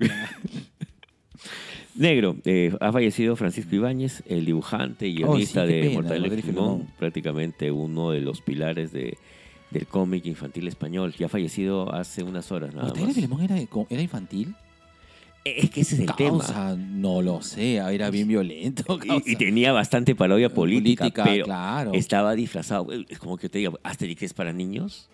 Negro, eh, ha fallecido Francisco Ibáñez, el dibujante y Oh, guionista sí, qué de pena, Mortadelo y Mortadelo y Filemón, Filemón. prácticamente uno de los pilares de, del cómic infantil español, que ha fallecido hace unas horas nada ¿Mortadelo y más. Filemón era, de- era infantil? Es que ese es el tema. Causa, No lo sé, era bien violento. causa. Y, y tenía bastante parodia política, Eh, Política, pero claro. estaba disfrazado. Es como que te diga, Asterix es para niños.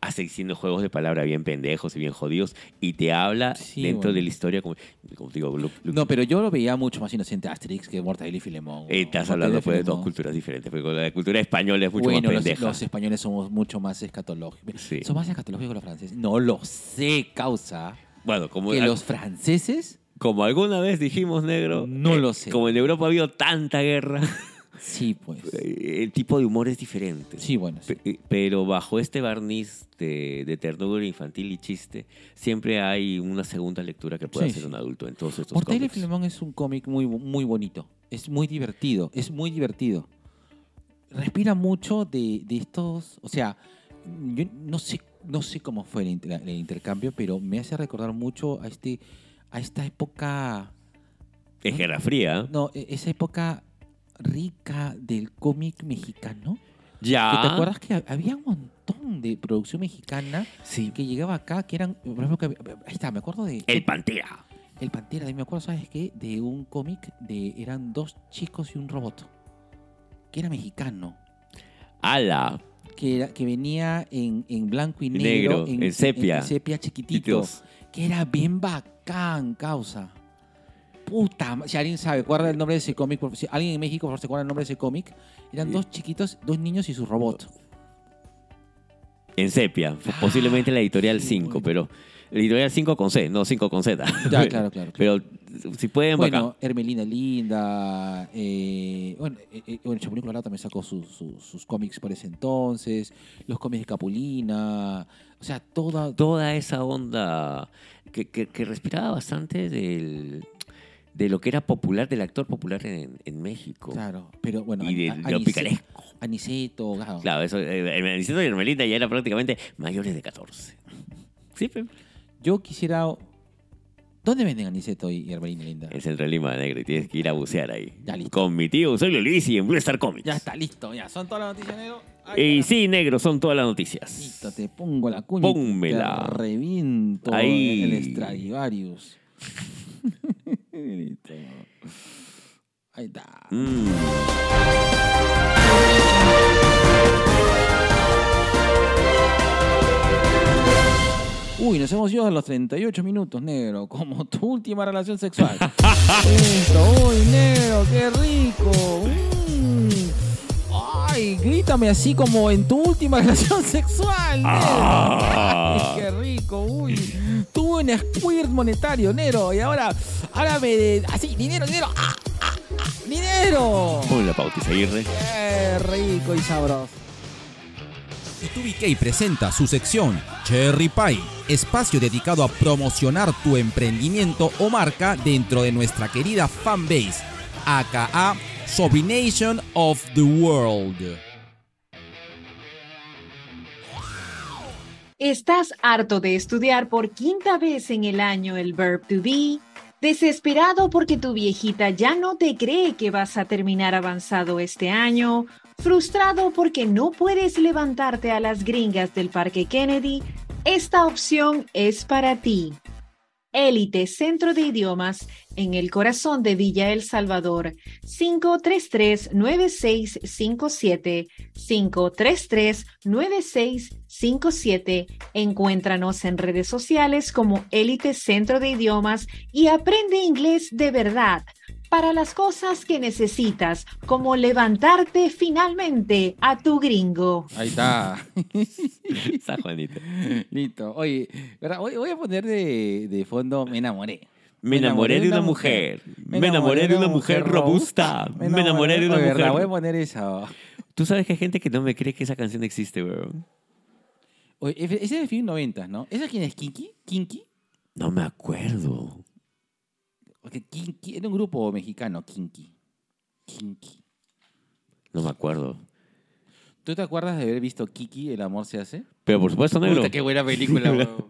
Asterix haciendo juegos de palabra bien pendejos y bien jodidos. Y te habla Sí, dentro bueno. de la historia como, como te digo, lo- lo- No, pero yo lo veía mucho más inocente Asterix que Mortadelo y Filemón. eh, estás hablando pues, de dos culturas diferentes. Porque la cultura española es mucho bueno, más los- pendeja. Los, españoles somos mucho más escatológicos. Sí. Son más escatológicos que los franceses. No lo sé, causa. Bueno, como, que los franceses, como alguna vez dijimos, negro. eh, No lo sé. Como en Europa ha habido tanta guerra, [laughs] sí, pues. eh, el tipo de humor es diferente. Sí, bueno. sí. Pe- Pero bajo este barniz de, de ternura infantil y chiste, siempre hay una segunda lectura que puede Sí, hacer sí. un adulto en todos estos Mortadelo y cómics. Filemón es un cómic muy, muy bonito. Es muy divertido. Es muy divertido. Respira mucho de, de estos. O sea, yo no sé, no sé cómo fue el, inter- el intercambio, pero me hace recordar mucho a este. A esta época. Es Guerra Fría. No, e- esa época rica del cómic mexicano. Ya. Que ¿Te acuerdas que ha- había un montón de producción mexicana Sí. que llegaba acá, que eran, por ejemplo, que había- ahí está, me acuerdo de El Pantera. El Pantera, de- me acuerdo, ¿sabes qué? De un cómic de eran dos chicos y un robot, que era mexicano, Ala. que, era, que venía en, en blanco y Negro, negro, en sepia. en sepia chiquitito, Titos. que era bien bacán, causa. Puta, ma- si alguien sabe, guarda el nombre de ese cómic, por- si alguien en México por favor, se acuerda el nombre de ese cómic, eran dos chiquitos, dos niños y [laughs] su robot. En Sepia. Posiblemente la editorial qué 5, Ah, bueno. pero. La editorial 5 con C, no 5 con Z. Ya, claro, claro. claro. [laughs] Pero si pueden, Bueno, bacán. Hermelina Linda, eh, bueno, eh, eh, bueno, Chapulín Colorado también sacó sus- sus- sus cómics por ese entonces, los cómics de Capulina, o sea, toda... Toda esa onda que, que- que respiraba bastante del, de lo que era popular, del actor popular en, en México. Claro, pero bueno, Y de Ani- lo Anice- picaresco. Aniceto, claro. Claro, eso, eh, Hermelicito y Hermelita ya eran prácticamente mayores de 14. Sí, pe. Yo quisiera... ¿Dónde venden Aniceto y y Hermelina Linda? Es el Relima Negro y tienes que ir a bucear ahí. Ya, listo. Con mi tío Eusebio Lisi en Blue Star Comics. Ya está, listo, ya, son todas las noticias, negro. Ahí Y está. sí, negro, son todas las noticias. Listo, te pongo la cuña. y te Pónmela. reviento Ahí. en el Stradivarius. [laughs] Listo. Ahí está. Mm. Uy, nos hemos ido a los 38 minutos, negro, como tu última relación sexual. Listo, uy, negro, qué rico. Mm. Ay, grítame así como en tu última [laughs] relación sexual, negro. Ah. Ay, qué rico, uy. Tuve un squirt monetario, negro, y ahora, ahora me... de- Así, dinero, dinero. Ah, ah, ah, dinero. Hola, Pauti [laughs] Seguirre. Qué rico y sabroso. B2BK presenta su sección Cherry Pie, espacio dedicado a promocionar tu emprendimiento o marca dentro de nuestra querida fanbase, aka Sobination of the World. ¿Estás harto de estudiar por quinta vez en el año el verb to be? ¿Desesperado porque tu viejita ya no te cree que vas a terminar avanzado este año? ¿Frustrado porque no puedes levantarte a las gringas del Parque Kennedy? Esta opción es para ti. Élite Centro de Idiomas en el corazón de Villa El Salvador. 533-9657. 533-9657. Encuéntranos en redes sociales como Élite Centro de Idiomas y aprende inglés de verdad. Para las cosas que necesitas, como levantarte finalmente a tu gringo. Ahí está. [laughs] Está Juanita. Listo. Oye, ¿verdad? Hoy voy a poner de, de fondo Me enamoré. Me enamoré de una mujer. Me enamoré de una mujer robusta. Me enamoré de una Oye, ¿verdad? Voy a mujer. poner esa. Tú sabes que hay gente que no me cree que esa canción existe, weón. Oye, ese es de fin 90, ¿no? ¿Esa quién es? ¿Kinky? ¿Kinky? No me acuerdo. Porque Kinky era un grupo mexicano, Kinky. Kinky. No me acuerdo. ¿Tú te acuerdas de haber visto Kiki, El amor se hace? Pero por supuesto, negro. Puta, qué buena [laughs] película, bro.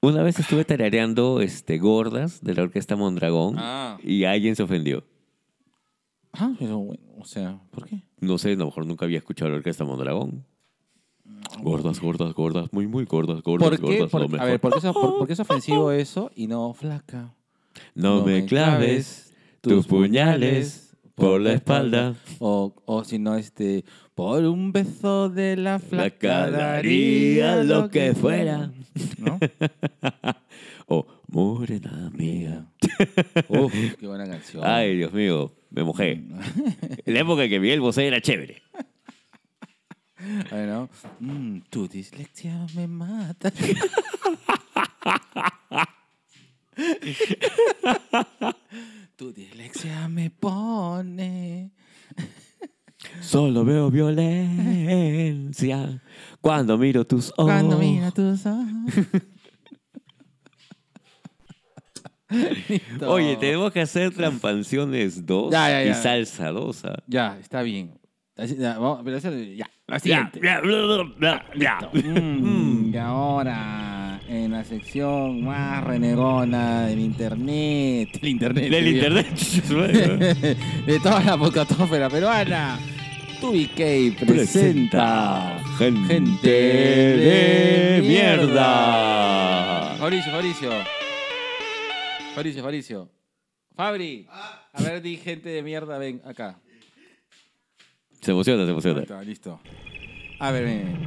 Una vez estuve tarareando este, Gordas de la orquesta Mondragón Ah. y alguien se ofendió. Ah, pero bueno, o sea, ¿por qué? No sé, a lo mejor nunca había escuchado la orquesta Mondragón. Gordas, gordas, gordas, muy, muy gordas, gordas, ¿Por qué? gordas. Por- lo mejor. a ver, ¿por qué, es, por- por qué es [laughs] ofensivo eso y no flaca? no, me claves tus puñales por la espalda. O, o si no, este, por un beso de la flaca Flacadaría daría lo que fuera. [laughs] ¿No? Oh, morena mía. Uf, qué buena canción. Ay, Dios mío, me [laughs] mojé. En la época en que Miguel Bosé era chévere. Ay, ¿no? Mm, tu dislexia me [laughs] mata. tu dislexia me pone. Solo veo violencia cuando miro tus ojos. Cuando mira tus [laughs] ojos. Listo. Oye, tenemos que hacer trampanciones 2 Ya, ya, y ya. salsa 2. ¿ah? Ya, está bien. Así- ya, vamos, pero eso- ya, la Ya, siguiente. ya, bla, bla, bla, bla. Mm, y ahora, en la sección más renegona del internet. Del internet. Del tío. internet. [laughs] de toda la podcastófera peruana. Tubi K presenta gente, Gente de de mierda. Fabricio, Fabricio. Fabricio, Fabricio. Fabri. A ver, di gente de mierda, ven acá. Se emociona, se Ahí emociona. está, listo. A ver, ven, ven.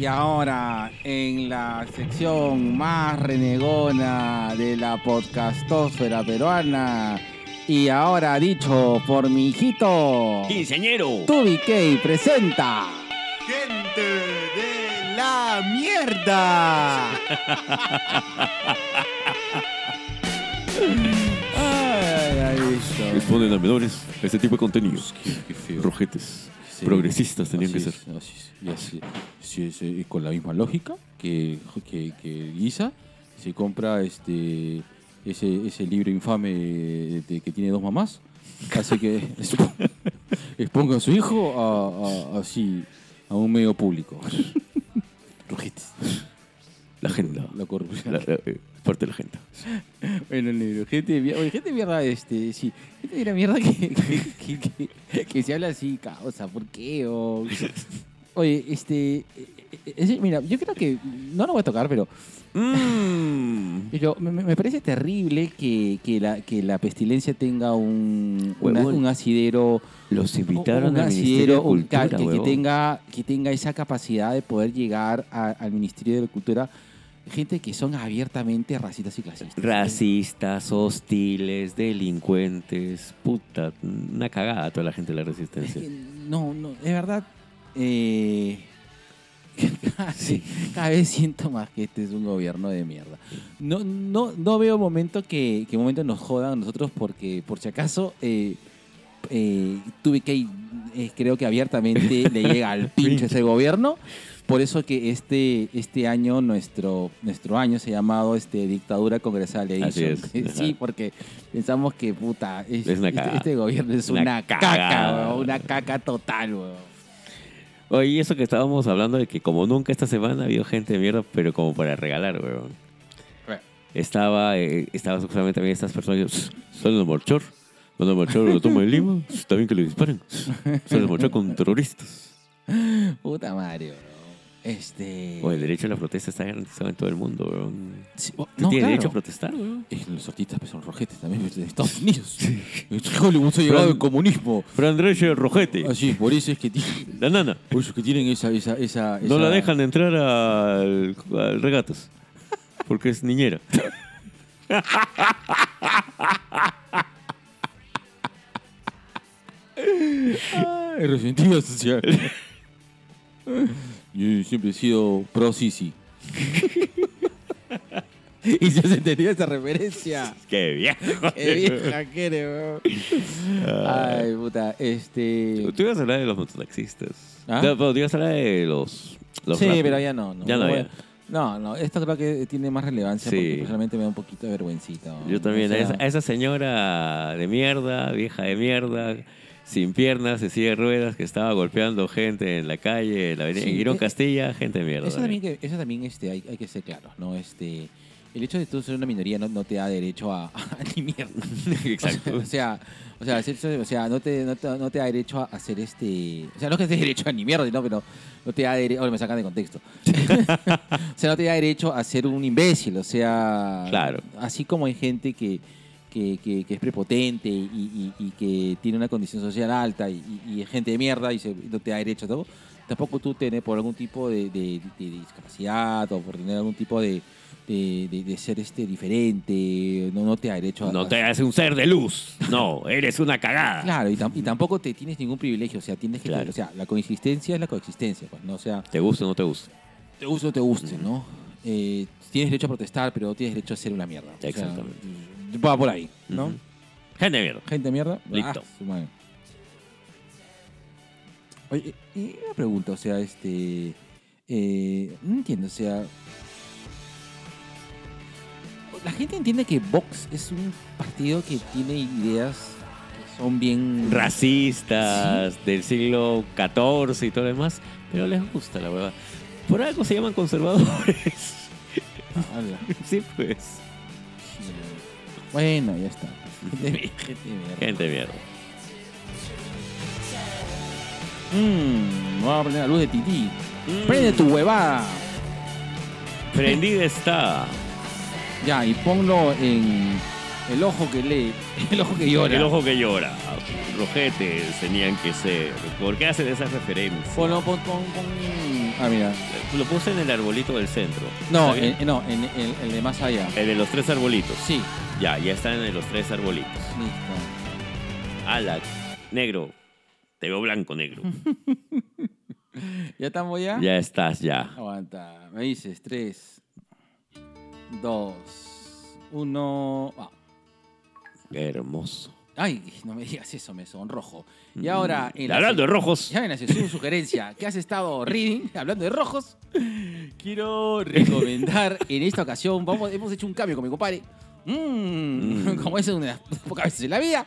Y ahora, en la sección más renegona de la podcastósfera peruana, y ahora dicho por mi hijito, Quinceañero. Tubi K presenta. Gente de la mierda. [laughs] Ay, ahí listo. Exponen a menores este tipo de contenidos. Rojetes. Progresistas tenían que ser. con la misma lógica que, que, que Guisa se compra este ese, ese libro infame de que tiene dos mamás. Hace que [laughs] expo- exponga a su hijo a, a- así a un medio público. Rojetes. La agenda. La corrupción. La- la- eh, parte de la agenda. Bueno, negro, gente de mierda, oye, gente de mierda, este, sí, gente de la mierda que, que, que- que- que se habla así, causa, ¿por qué? O- oye, este, eh, eh, eh, mira, yo creo que, no lo voy a tocar, pero, Mmm. pero me, me- me parece terrible que, que la, que la pestilencia tenga un, una- Huevón. un asidero, Los un invitaron al Ministerio asidero, de un ca- Cultura, que, que huevón. tenga, que tenga esa capacidad de poder llegar a- al Ministerio de Cultura, gente que son abiertamente racistas y clasistas. Racistas, hostiles, delincuentes. Puta, una cagada toda la gente de la Es resistencia. que no, no, es verdad. eh, [laughs] cada, Sí. cada vez siento más que este es un gobierno de mierda. No, no, no veo momento que, que momento nos jodan a nosotros porque, por si acaso, eh, eh, tuve que ir, eh, creo que abiertamente le [laughs] llega al pincho ese gobierno. Por eso que este, este año, nuestro, nuestro año se ha llamado este, dictadura congresal de Así Edison. es, [laughs] Sí, ajá. porque pensamos que puta, es- Es una este, cagada. este gobierno es Una una, caca, cagada. weón, una caca total, weón. Oye, y eso que estábamos hablando de que como nunca esta semana ha habido gente de mierda, pero como para regalar, weón. Bueno. Estaba, eh, estaba justamente también estas personas, son los morchor, son los morchor, lo toma en Lima, está bien que le disparen, son los morchor con terroristas. Puta madre, bro. Este. O el derecho a la protesta está garantizado en todo el mundo, weón. Sí, oh, Tú no, tienes claro. derecho a protestar, weón. Es que los artistas pues, son rojetes también [laughs] pues, de Estados Unidos. Hollywood se ha llegado el comunismo. Fran Drescher, Rojete, Así, por eso Ah, es que tienen, la nana. por eso es que tienen esa, esa, esa, No esa- la dejan entrar al, al regatas. Porque es niñera. Ay, resentida [laughs] social. Yo siempre he sido pro Sisi. [laughs] y se entendió esa referencia. [laughs] ¡Qué viejo! Qué vieja que eres, weón. Ay, puta, este. Tú ibas a hablar de los mototaxistas. ¿Ah? No, pero tú ibas a hablar de los. los sí, rap- pero ya no. no Ya no, Bueno, ya. No, no, esto creo que tiene más relevancia Sí. porque personalmente me da un poquito de vergüencita. ¿no? Yo también. O A sea, esa, a esa señora de mierda, vieja de mierda, sin piernas, se sigue ruedas, que estaba golpeando gente en la calle, en la avenida. Sí, en Girón eh, Castilla, gente de mierda. Eso también, que, eso también este, hay, hay que ser claros, ¿no? Este, el hecho de tú ser una minoría no, no te da derecho a, [laughs] a ni mierda. [laughs] [laughs] Exacto. O sea, o sea, ser- ser- o sea, no, te, no, te, no te da derecho a hacer este... O sea, no es que estés derecho a ni mierda, no, pero no te da derecho... me sacan [laughs] de contexto. o sea, no te da derecho a ser un imbécil, o sea... Claro. Así como hay gente que, que, que- que es prepotente y, y- y que tiene una condición social alta y, y- y es gente de mierda y se- no te da derecho a todo, tampoco tú tenés por algún tipo de, de- de discapacidad o por tener algún tipo de... de- de- de ser este diferente, no, no te da derecho a... No a- te hagas un ser de luz. No, eres una cagada. Claro, y, tam- y tampoco te tienes ningún privilegio, o sea, tienes que, Claro. o sea, la coexistencia es la coexistencia, pues, ¿no? O sea, ¿Te gusta o no te gusta? te guste o te guste, ¿no? Eh, tienes derecho a protestar, pero no tienes derecho a ser una mierda. O sea, Exactamente. va por ahí, ¿no? Ujú. Gente de mierda. Gente de mierda. Listo. ah, su madre. Oye, y una pregunta, o sea, este... eh, no entiendo, o sea... La gente entiende que Vox es un partido que tiene ideas que son bien... racistas del siglo XIV y todo lo demás, pero les gusta la verdad. Por algo se llaman conservadores. [laughs] Ala. sí, pues. Bueno, [laughs] ya está. Gente de mierda, gente de mierda. Gente de mierda. Mm, vamos a prender la luz de Titi. Prende tu huevada. Mm, Prendida está. Ya, y ponlo en el ojo que lee, [laughs] el ojo que llora. El ojo que llora. Rojetes tenían que ser. ¿Por qué hacen esas referencias? Ponlo, pon, pon, pon- Ah, mira. Lo puse en el arbolito del centro. No, eh, ¿Está bien? en- no, en el, el de más allá. El de los tres arbolitos. Sí, Ya, ya están en los tres arbolitos. listo. Ala, negro. Te veo blanco, negro. ¿Ya estamos ya? ya estás, ya. Aguanta. Me dices 3, 2, 1. Hermoso. Ah. Ay, no me digas eso, me sonrojo. Y ahora. en la Hablando de rojos. Ya ven, hace su sugerencia. ¿Qué has estado reading? [laughs] Hablando de rojos, quiero recomendar en esta ocasión. Vamos, hemos hecho un cambio con mi compadre. Mm, Mm. Como es una de las pocas veces en la vida.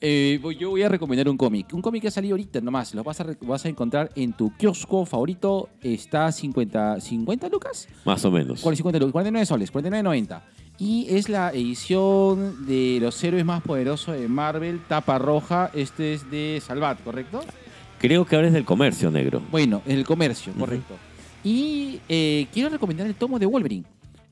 Eh, voy- yo voy a recomendar un cómic. Un cómic que ha salido ahorita nomás. Lo vas a, re- vas a encontrar en tu kiosco favorito. Está 50, 50 lucas. Más o menos. Cuarenta- 50 lucas, 49 soles, 49.90. Y es la edición de los héroes más poderosos de Marvel, tapa roja. Este es de Salvat, ¿correcto? Creo que ahora es del comercio negro. Bueno, en el comercio, correcto. Y eh, quiero recomendar el tomo de Wolverine.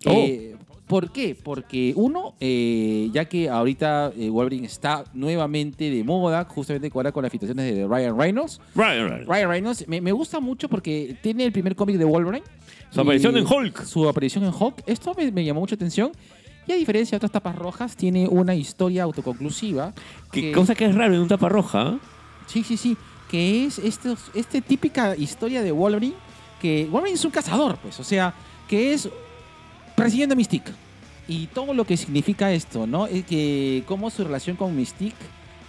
Oh. Eh, ¿Por qué? Porque uno, eh, ya que ahorita eh, Wolverine está nuevamente de moda, justamente ahora con las situaciones de Ryan Reynolds. Right, right. Ryan Reynolds me, me gusta mucho porque tiene el primer cómic de Wolverine. Su aparición Y en Hulk. Su aparición en Hulk. Esto me, me llamó mucho atención. Y a diferencia de otras tapas rojas, tiene una historia autoconclusiva. Que- que- Cosa que es raro en un tapa roja. Sí, sí, sí. Que es esta este típica historia de Wolverine. Que Wolverine es un cazador, pues. O sea, que es persiguiendo a Mystique. Y todo lo que significa esto, ¿no? Es que cómo su relación con Mystique,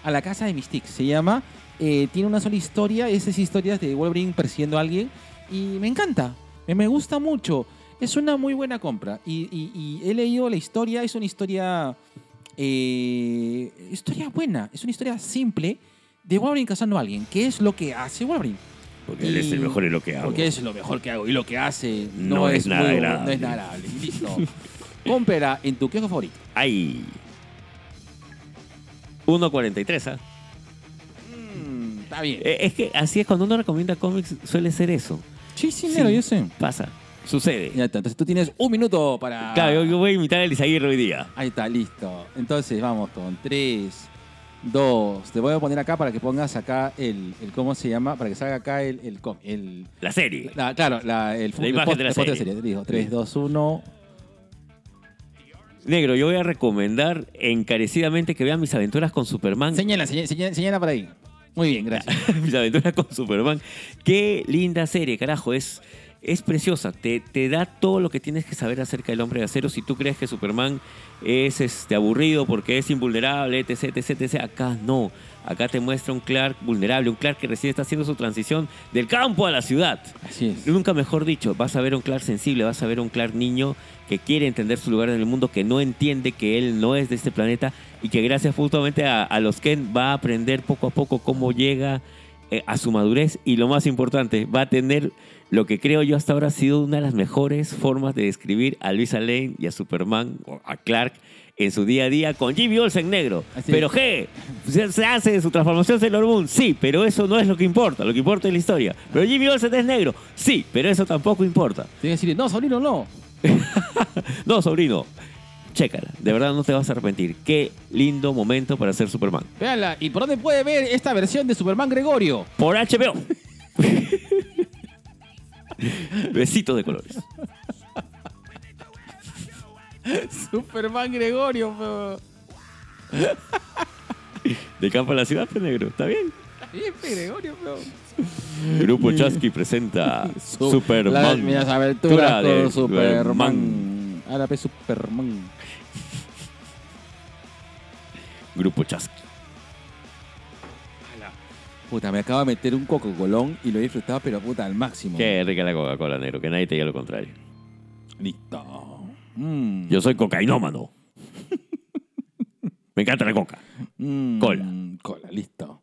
a la casa de Mystique, se llama. eh, tiene una sola historia, esas historias de Wolverine persiguiendo a alguien. Y me encanta, me- me gusta mucho. Es una muy buena compra. Y, y- y he leído la historia, es una historia... eh, historia buena, es una historia simple de Wolverine cazando a alguien. ¿Qué es lo que hace Wolverine? Porque él es el Y- mejor en lo que hago. Porque es lo mejor que hago y lo que hace no, No es, es nada muy- agradable. No es nada agradable. [laughs] Listo. Cómprala en tu kiosco favorito. Ay. 1.43, ¿ah? Mm, Está bien. Eh, Es que así es, cuando uno recomienda cómics suele ser eso. sí, sí, sí. claro, yo sé. Pasa, sucede. Ya está, entonces tú tienes un minuto para... Claro, yo, yo voy a imitar a Elisaguirre hoy día. Ahí está, listo. Entonces vamos con 3, 2. Te voy a poner acá para que pongas acá el, el- ¿cómo se llama? Para que salga acá el... el, com- el- La serie. la- claro, la, el, La imagen de la serie. 3, 2, 1. Negro, yo voy a recomendar encarecidamente que vean mis aventuras con Superman. Señala, señala, señala, señala para ahí. Muy bien, [laughs] gracias. mis aventuras con Superman. Qué linda serie, carajo. Es, es preciosa. Te, te da todo lo que tienes que saber acerca del hombre de acero. Si tú crees que Superman es este, aburrido porque es invulnerable, etc, etc, etc. Acá no. Acá te muestra un Clark vulnerable, un Clark que recién está haciendo su transición del campo a la ciudad. Así es. Nunca mejor dicho, vas a ver un Clark sensible, vas a ver un Clark niño que quiere entender su lugar en el mundo, que no entiende que él no es de este planeta y que gracias justamente a, a los Ken va a aprender poco a poco cómo llega eh, a su madurez y lo más importante, va a tener lo que creo yo hasta ahora ha sido una de las mejores formas de describir a Luisa Lane y a Superman, o a Clark, en su día a día con Jimmy Olsen negro. Así pero es. ¿qué? Se, se hace su transformación Sailor Moon, sí, pero eso no es lo que importa, lo que importa es la historia. Pero Jimmy Olsen es negro, sí, pero eso tampoco importa. Tienes que decirle, no, sobrino, no. No, sobrino, chécala, de verdad no te vas a arrepentir. Qué lindo momento para ser Superman. Véanla. ¿Y por dónde puede ver esta versión de Superman Gregorio? Por [laughs] HBO. Besitos de colores. Superman Gregorio, pero... De campo a la ciudad, pues, negro, está bien. Bien, pe, Gregorio, pero... Grupo Chasqui presenta Mm. La- Superman. Mira, aventuras Tura de con Superman. Árabe Superman. Grupo Chasqui. Puta, me acabo de meter un coco colón y lo he disfrutado, pero puta, al máximo. Qué rica la Coca-Cola, negro, que nadie te diga lo contrario. Mm. Listo. Mm, Yo soy cocainómano. Me encanta la coca. mm, cola. Cola, listo.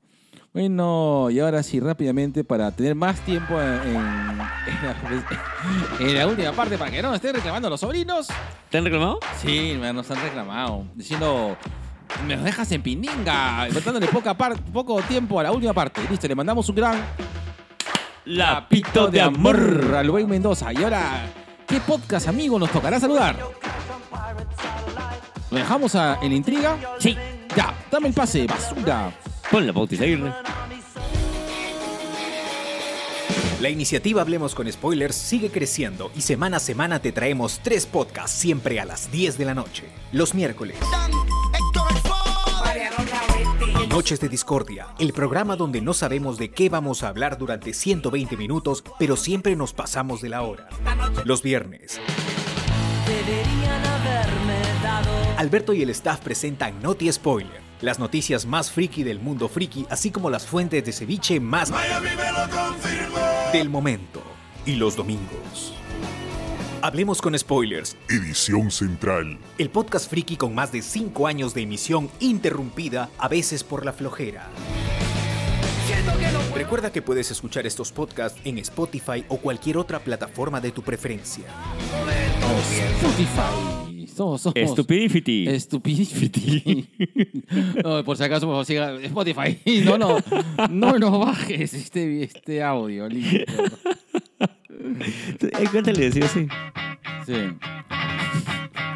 Bueno, y ahora sí, rápidamente, para tener más tiempo en, en- en la, en la última parte, para que no estén reclamando los sobrinos. ¿Te han reclamado? Sí, me- nos han reclamado, diciendo, me los dejas en pininga, faltándole poca par- poco tiempo a la última parte. Listo, le mandamos un gran Lapito a Luis Mendoza. Y ahora, ¿qué podcast, amigo, nos tocará saludar? ¿Lo dejamos a- en la intriga? Sí. Ya, dame el pase, basura. Pon la pauta y seguirme. La iniciativa Hablemos con Spoilers sigue creciendo y semana a semana te traemos tres podcasts siempre a las 10 de la noche. Los miércoles. Noches de Discordia, el programa donde no sabemos de qué vamos a hablar durante 120 minutos, pero siempre nos pasamos de la hora. Los viernes. Alberto y el staff presentan Noti Spoiler, las noticias más friki del mundo friki, así como las fuentes de ceviche más del momento y los domingos. Hablemos con spoilers, Edición Central. el podcast friki con más de 5 años de emisión interrumpida, a veces por la flojera. Recuerda que puedes escuchar estos podcasts en Spotify o cualquier otra plataforma de tu preferencia. Spotify. Somos, somos. Stupidifity. Stupidity. No, por si acaso, por favor, siga Spotify. [laughs] No, no, no nos bajes este, este audio. Listo. Este- Ay, Cuéntale, decía así. Sí.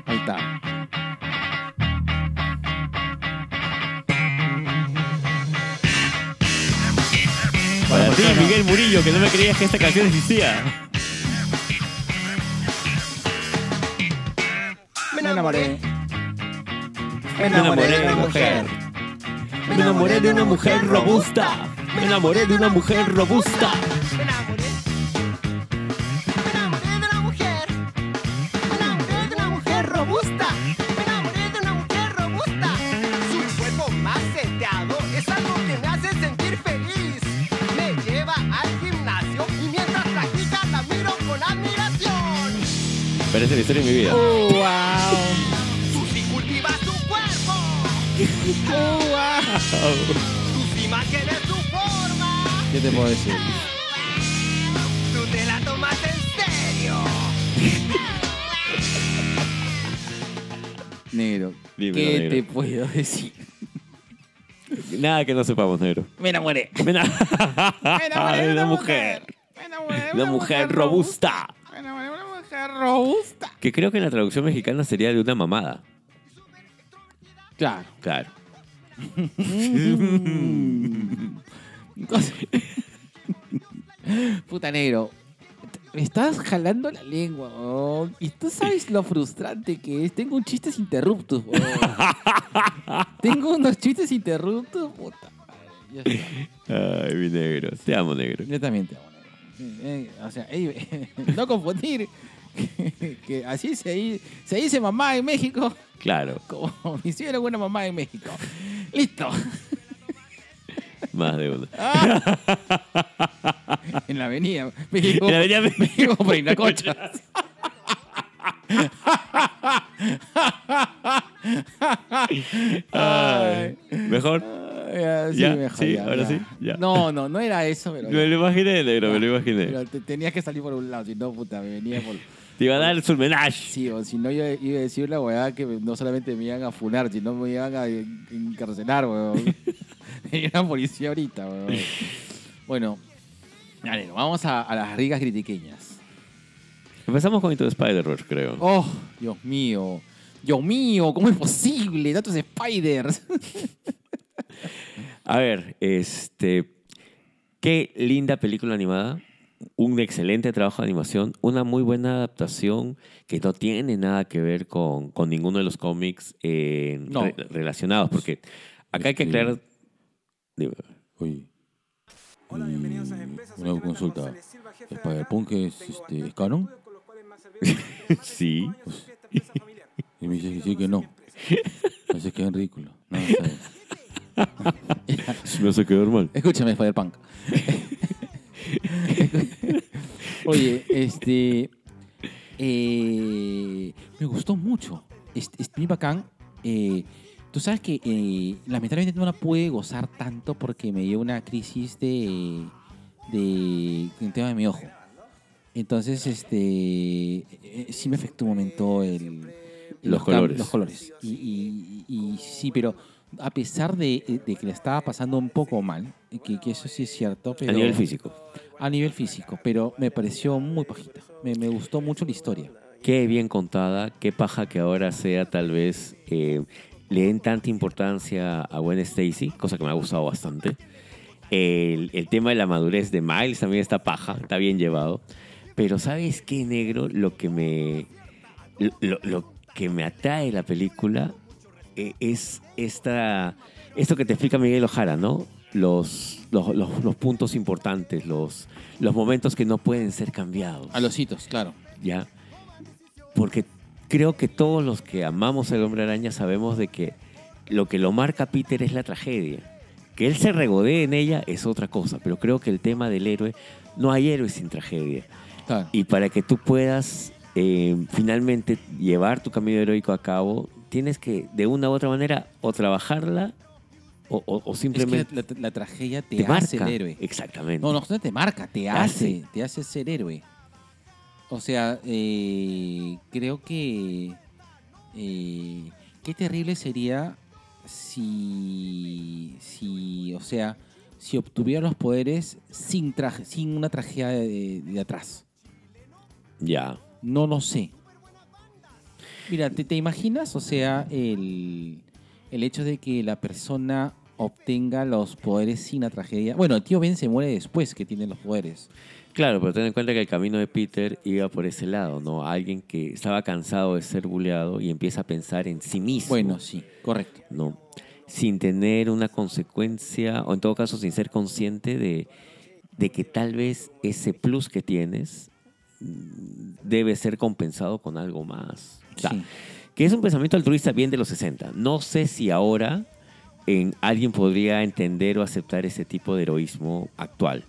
Ahí está. Para ti, Miguel Murillo, que no me creías que esta canción existía. Me enamoré. Me enamoré de una mujer. Me enamoré de una mujer robusta. Me enamoré de una mujer robusta. Parece la historia de mi vida. ¿Qué te puedo decir? Negro, Dímelo, ¿qué negro. te puedo decir? Nada que no sepamos, negro. Me enamoré. Me [laughs] enamoré de una mujer. [laughs] Una mujer robusta. Una mujer robusta. Que creo que en la traducción mexicana sería de una mamada. Claro. Claro. Mm. Puta negro. Me estás jalando la lengua, weón. Y tú sabes lo frustrante que es. Tengo un chistes interruptos, weón. Tengo unos chistes interruptos, puta madre. Ya está. Ay, mi negro. Te amo, negro. Yo también te amo, negro. Sí, eh, o sea, eh, [laughs] no confundir que, que así se, di- se dice mamá en México Claro. como me hicieron una mamá en México. Listo. [laughs] Más de uno. En la avenida México. En la avenida México. México por Inacocha. [laughs] Ay, mejor. Ya, sí, Ya, mejor, sí, ya, ahora sí, ya. No, no, no era [laughs] eso, pero. Me lo imaginé, negro, me lo imaginé. pero te- tenías que salir por un lado, si no, puta, me venía por. Te iba a dar su menage. Sí, o si no, yo iba a decir la weá que no solamente me iban a funar, sino me iban a en- encarcelar, weón. Hay una policía ahorita, weón. Bueno, dale, vamos a, a las ricas critiqueñas. Empezamos con Into the Spider-Verse, creo. Oh, Dios mío. Dios mío, ¿cómo es posible? Tantos spiders. A ver, este. Qué linda película animada. Un excelente trabajo de animación. Una muy buena adaptación que no tiene nada que ver con, con ninguno de los cómics eh, No. Este re- relacionados. Porque acá hay que [laughs] aclarar. Digo, Oye. Hola, bienvenidos a Una consulta. ¿Spider-Punk es, este, es canon? sí. [laughs] Y me dice que sí, que no. Así que Pues es ridículo. No, está bien. [laughs] Me hace quedar mal. [laughs] Escúchame, Spider-Punk. Oye, este. eh, me gustó mucho. Es, es bien bacán. Eh, Tú sabes que eh, lamentablemente no la pude gozar tanto porque me dio una crisis de. de. el tema de mi ojo. Entonces, este. eh, eh, sí me afectó un momento el. Los cam- colores. Los colores. Y, y- y- y sí, pero a pesar de, de que le estaba pasando un poco mal, que, que eso sí es cierto. Pero A nivel físico. a nivel físico, pero me pareció muy pajita. Me, me gustó mucho la historia. Qué bien contada, qué paja que ahora sea tal vez eh, le den tanta importancia a Gwen Stacy, cosa que me ha gustado bastante. El, el tema de la madurez de Miles también está paja, está bien llevado. Pero ¿sabes qué, negro? Lo que me, lo, lo que me atrae de la película eh, es esta, esto que te explica Miguel Ojara, ¿no? Los, los, los- los puntos importantes, los, los momentos que no pueden ser cambiados. A los hitos, claro. ¿ya? Porque creo que todos los que amamos al hombre araña sabemos de que lo que lo marca a Peter es la tragedia. Que él se regodee en ella es otra cosa, pero creo que el tema del héroe, no hay héroe sin tragedia. claro. Y para que tú puedas eh, finalmente llevar tu camino heroico a cabo, tienes que de una u otra manera o trabajarla o, o- o Es que simplemente la, la- la tragedia te, te hace marca. el héroe. Exactamente. No, no, no te marca, te hace, hace. te hace ser héroe. O sea, eh, creo que eh, qué terrible sería si, si, o sea, si obtuviera los poderes sin traje, sin una tragedia de- de atrás. Ya. No lo sé. Mira, ¿te, te imaginas? O sea, el, el hecho de que la persona obtenga los poderes sin la tragedia. Bueno, el tío Ben se muere después que tiene los poderes. Claro, pero ten en cuenta que el camino de Peter iba por ese lado, ¿no? Alguien que estaba cansado de ser buleado y empieza a pensar en sí mismo. Bueno, sí, correcto. ¿no? Sin tener una consecuencia, o en todo caso, sin ser consciente de, de que tal vez ese plus que tienes mm, debe ser compensado con algo más. O sea, Sí. que es un pensamiento altruista bien de los 60. No sé si ahora en alguien podría entender o aceptar ese tipo de heroísmo actual.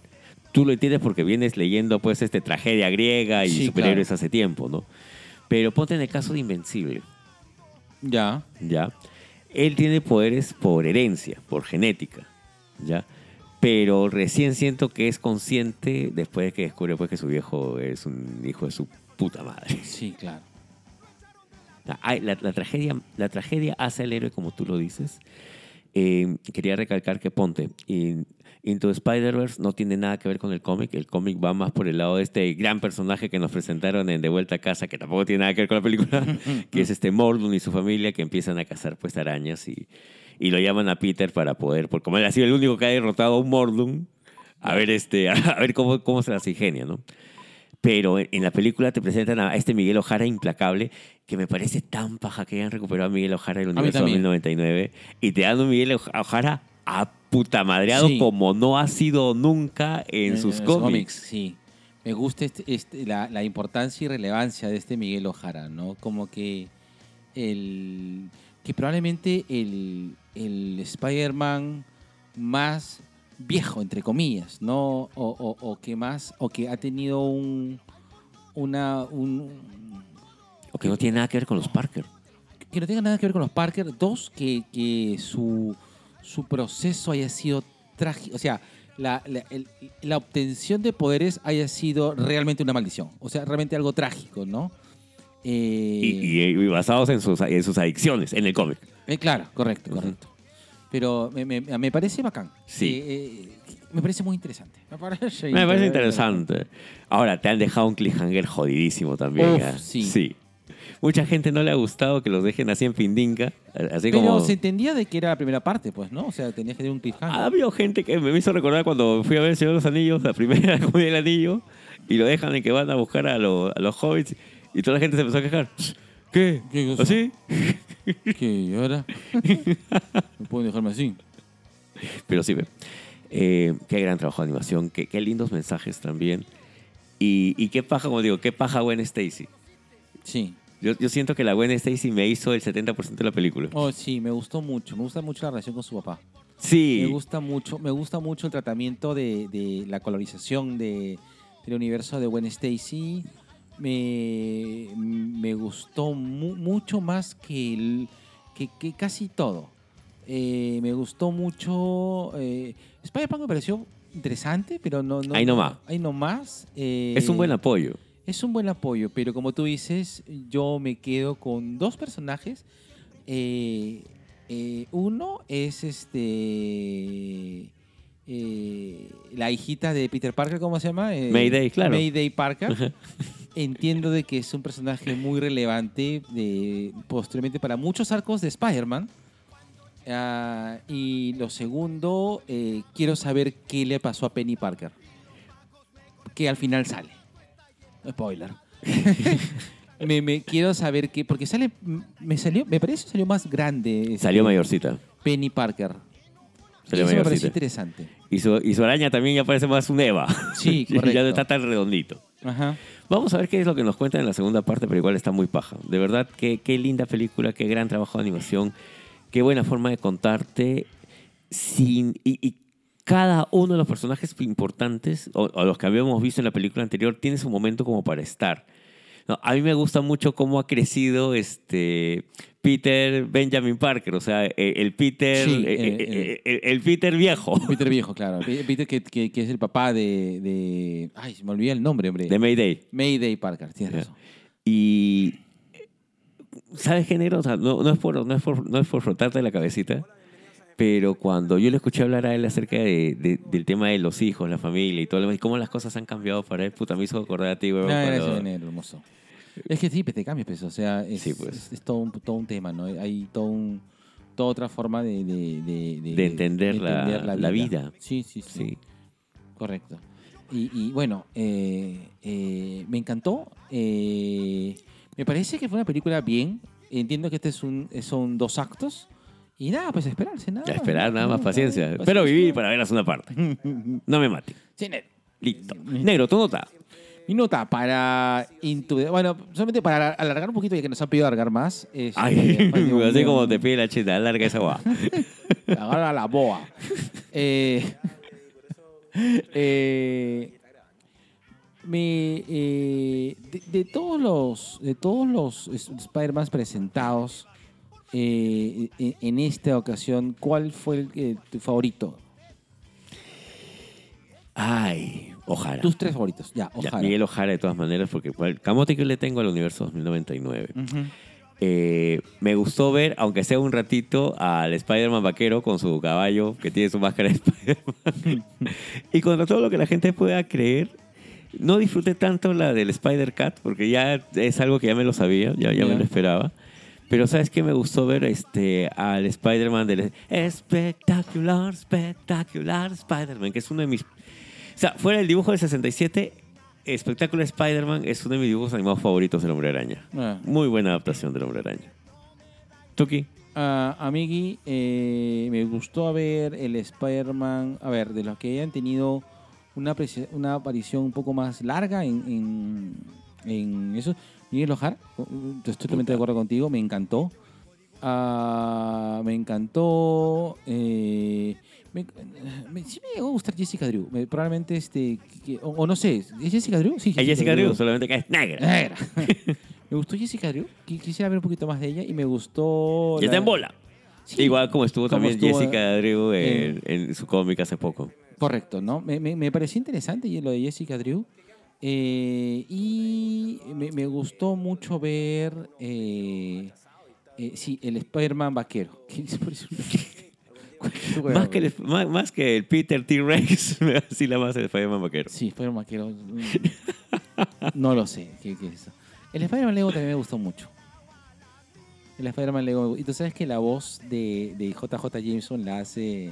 Tú lo entiendes porque vienes leyendo pues este tragedia griega y Sí, superhéroes hace tiempo, ¿no? Pero ponte en el caso de Invencible, Ya, ¿ya? Él tiene poderes por herencia, por genética, ¿ya? Pero recién siento que es consciente después de que descubre pues que su viejo es un hijo de su puta madre. sí, claro. La, la- la tragedia, la tragedia hace al héroe, como tú lo dices. eh, quería recalcar que ponte, in- Into the Spider-Verse no tiene nada que ver con el cómic. El cómic va más por el lado de este gran personaje que nos presentaron en De Vuelta a Casa, que tampoco tiene nada que ver con la [laughs] película, que es este Mordun y su familia que empiezan a cazar pues arañas y, y lo llaman a Peter para poder, porque como él ha sido el único que ha derrotado a un Mordun, a ver, este, [laughs] a ver cómo, cómo se las ingenia, ¿no? Pero en, en la película te presentan a este Miguel Ojara implacable, que me parece tan paja que hayan recuperado a Miguel Ojara del mí universo también. 2099. Y te dan un Miguel Oj- Ojara a puta madreado Sí. como no ha sido nunca en, sus Eh, los cómics. Sí. Me gusta este- este- la, la importancia y relevancia de este Miguel Ojara, ¿no? Como que el que probablemente el, el Spider-Man más viejo, entre comillas, ¿no? O, o- o que más, o que ha tenido un, una, un, O que no tiene nada que ver con los Parker. que no tenga nada que ver con los Parker. Dos, que, que su, su proceso haya sido trágico. O sea, la, la- el- la obtención de poderes haya sido realmente una maldición. O sea, realmente algo trágico, ¿no? Eh, Y, y- y basados en sus, en sus adicciones, en el cómic. eh, claro, correcto, correcto. Pero me, me- me parece bacán. Sí. Eh, eh, me parece muy interesante. Me parece, Me parece interesante. Ahora, te han dejado un cliffhanger jodidísimo también. Uf, ¿ah? sí. Mucha gente no le ha gustado que los dejen así en Findinga. Así Pero como... se entendía de que era la primera parte, pues, ¿no? O sea, tenías que tener un cliffhanger. Ha habido Ah, gente que me hizo recordar cuando fui a ver El Señor de los Anillos, la primera [laughs] Comunidad del Anillo, y lo dejan en que van a buscar a, lo- a los hobbits, y toda la gente se empezó a quejar. ¿Ah, ¿Qué? ¿Qué cosa? ¿Así? ¿Qué? [laughs] ¿Y ahora? ¿No pueden dejarme así? Pero sí, ve. Eh, qué gran trabajo de animación, qué, qué lindos mensajes también. Y, y qué paja, como digo, qué paja Gwen Stacy. Sí. Yo, yo siento que la Gwen Stacy me hizo el 70% de la película. Oh, sí, me gustó mucho. Me gusta mucho la relación con su papá. Me Sí, gusta mucho, me gusta mucho el tratamiento de, de la colorización de, del universo de Gwen Stacy. Me, me gustó mu- mucho más que, el- que, que casi todo. Eh, me gustó mucho. Eh, Spider-Man me pareció interesante, pero no. no Ahí nomás. Ahí nomás. eh, es un buen apoyo. es un buen apoyo, pero como tú dices, yo me quedo con dos personajes. Eh, eh, uno es este eh, la hijita de Peter Parker, ¿cómo se llama? Eh, Mayday, claro. Mayday Parker. [laughs] Entiendo de que es un personaje muy relevante de, posteriormente para muchos arcos de Spider-Man. Ah, y lo segundo, eh, quiero saber qué le pasó a Penny Parker. Que al final sale. Spoiler. [laughs] me, me quiero saber qué. Porque sale. Me salió. Me parece que salió más grande. este, Salió mayorcita. Penny Parker. Salió Eso me pareció mayorcita. interesante. Y su, y su araña también ya parece más un Eva. [laughs] Sí, ya correcto. no está tan redondito. Ajá. Vamos a ver qué es lo que nos cuentan en la segunda parte, pero igual está muy paja. De verdad, qué, qué linda película, qué gran trabajo de animación, qué buena forma de contarte. Sin, y, y cada uno de los personajes importantes, o, o los que habíamos visto en la película anterior, tiene su momento como para estar. No, a mí me gusta mucho cómo ha crecido este Peter Benjamin Parker, o sea, eh, el, Peter, Sí, eh, eh, eh, eh, el Peter [laughs] viejo [laughs] Peter viejo, claro. Pe- Peter que, que- que es el papá de, de- Ay, se me olvidé el nombre, hombre. de Mayday. Mayday Parker, tienes razón. Y. ¿Sabes qué, negro? O sea, no, no es por, no, es por, no es por frotarte la cabecita, pero cuando yo le escuché hablar a él acerca de- de- del tema de los hijos, la familia y todo lo demás, y cómo las cosas han cambiado para él, puta, me hizo acordar a ti, No, weón. Ah, era cuando- ese enero, hermoso. Es que sí, pues, te cambias, pues, o sea, es, Sí, pues. es- es todo, un, todo un tema, ¿no? Hay todo un, toda otra forma de... De, de- de- De entender la- la vida. Sí, sí, sí, Sí. correcto. Y, y, bueno, eh, eh, me encantó. eh, me parece que fue una película bien. Entiendo que este es un, son dos actos. Y nada, pues a esperarse, nada. A más, esperar, nada más nada, paciencia. Pero vivir para ver la segunda parte. No me mate. [laughs] Sí, Ned. Listo. Negro, tu nota. Mi nota para Into the- Bueno, solamente para alargar un poquito, ya que nos han pedido alargar más. este, Ay, [laughs] pues, digo, así un- como te pide la cheta, larga esa guapa. Agarra la boa. Eh, eh, me, eh, de, de todos los, de todos los es- Spider-Man presentados eh, en, en esta ocasión, ¿cuál fue el, que- tu favorito? Ay, ojalá. Tus tres favoritos, ya, ojalá. Miguel Ojara, de todas maneras, porque el camote que le tengo al universo 2099. Ujú. eh, me gustó ver, aunque sea un ratito, al Spider-Man vaquero con su caballo que tiene su máscara de Spider-Man. y contra todo lo que la gente pueda creer, no disfruté tanto la del Spider-Cat porque ya es algo que ya me lo sabía, ya, ya me Ya. lo esperaba. Pero ¿sabes qué? Me gustó ver este, al Spider-Man del espectacular, espectacular Spider-Man, que es uno de mis... O sea, fuera el dibujo del 67, Espectacular Spider-Man es uno de mis dibujos animados favoritos del Hombre Araña. Ah. Muy buena adaptación del Hombre Araña. Tuki. Ah, amigui, eh, me gustó ver el Spider-Man. A ver, de los que hayan tenido una, presi- una aparición un poco más larga en, en, en eso. Miguel Ojar, uh, uh, estoy totalmente de acuerdo contigo, me encantó. Ah, me encantó. eh, me, me- sí me llegó a gustar Jessica Drew. Me- probablemente, este, que- o, o no sé, ¿es Jessica Drew? Sí, Es Jessica Drew, solamente que es negra. Negra. [laughs] me gustó Jessica Drew. Qui- Quisiera ver un poquito más de ella y me gustó. Y está la- en bola. Sí. Igual como estuvo Como también estuvo, Jessica Drew en, eh, en su cómic hace poco. Correcto, ¿no? Me, me, me pareció interesante y lo de Jessica Drew. Eh, y me, me gustó mucho ver. eh, eh, sí, el Spider-Man vaquero. Que [laughs] es por eso- Cualquier huevo. Más que, el, más, más que el Peter T-Rex, [laughs] me vacila más el Spider-Man vaquero. Sí, Spider-Man vaquero. mm, No lo sé. ¿qué, qué es eso? El Spider-Man Lego también me gustó mucho. El Spider-Man Lego. Y tú sabes que la voz de, de JJ Jameson la hace.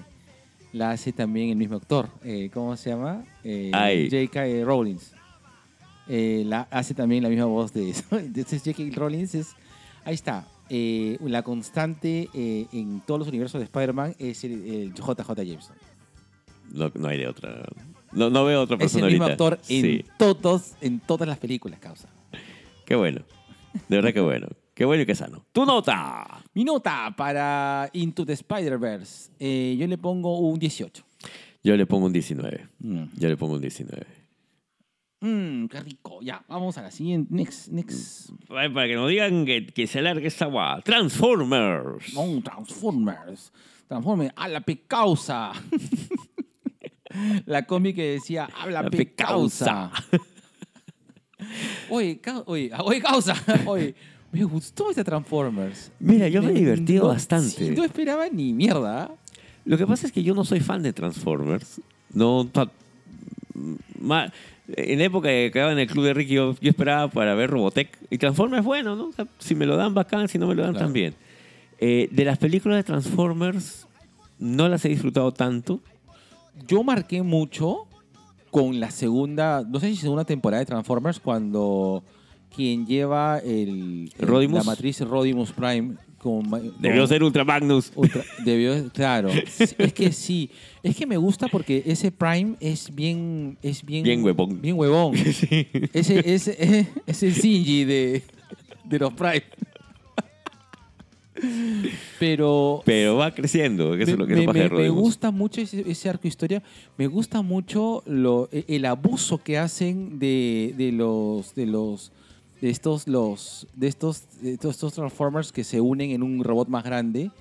La hace también el mismo actor. Eh, ¿Cómo se llama? Eh, Ay. J.K. Rowlings. Eh, la hace también la misma voz de eso. [laughs] Entonces J.K. Rowlings es. Ahí está. Eh, la constante eh, en todos los universos de Spider-Man es el, el JJ Jameson. No, no hay de otra. No, no veo otra Es el persona mismo ahorita. actor en Sí, todos, en todas las películas, causa. qué bueno. De verdad, qué bueno. Qué bueno y qué sano. ¡Tu nota! Mi nota para Into the Spider-Verse, eh, yo le pongo un 18. Yo le pongo un 19. Mm. Yo le pongo un 19. Mm, qué rico. Ya, vamos a la siguiente. Next, next. Ay, Para que no digan que, que se alargue esta guada. Transformers. No, Transformers. Transformers a la pecausa. [laughs] la cómic que decía, habla La pecausa. oye, ca- oye, oye, causa. [laughs] Oye, me gustó este Transformers. Mira, yo me he divertido no- bastante. sí, no esperaba ni mierda. ¿ah? Lo que pasa es que yo no soy fan de Transformers. No. pa- ma- en la época que quedaba en el club de Ricky, yo, yo esperaba para ver Robotech. Y Transformers, bueno, ¿no? O sea, si me lo dan, bacán. Si no me lo dan, Claro. también. Eh, de las películas de Transformers, no las he disfrutado tanto. yo marqué mucho con la segunda, no sé si segunda temporada de Transformers, cuando quien lleva el, el- Rodimus. la matriz Rodimus Prime con, con- Debió ser Ultra Magnus. Ultra- debió- claro. Sí, es que sí. Es que me gusta porque ese Prime es bien. Es bien, Bien huevón. Bien [laughs] huevón. Sí. Ese, ese, [laughs] eh, ese Shinji de, de los Prime. [laughs] Pero Pero va creciendo. que Eso es lo que me, no pasa de me- me Rodimus. gusta mucho ese, ese arco de historia. Me gusta mucho lo, e- el abuso que hacen de, de los de los de estos los de estos de estos, estos Transformers que se unen en un robot más grande.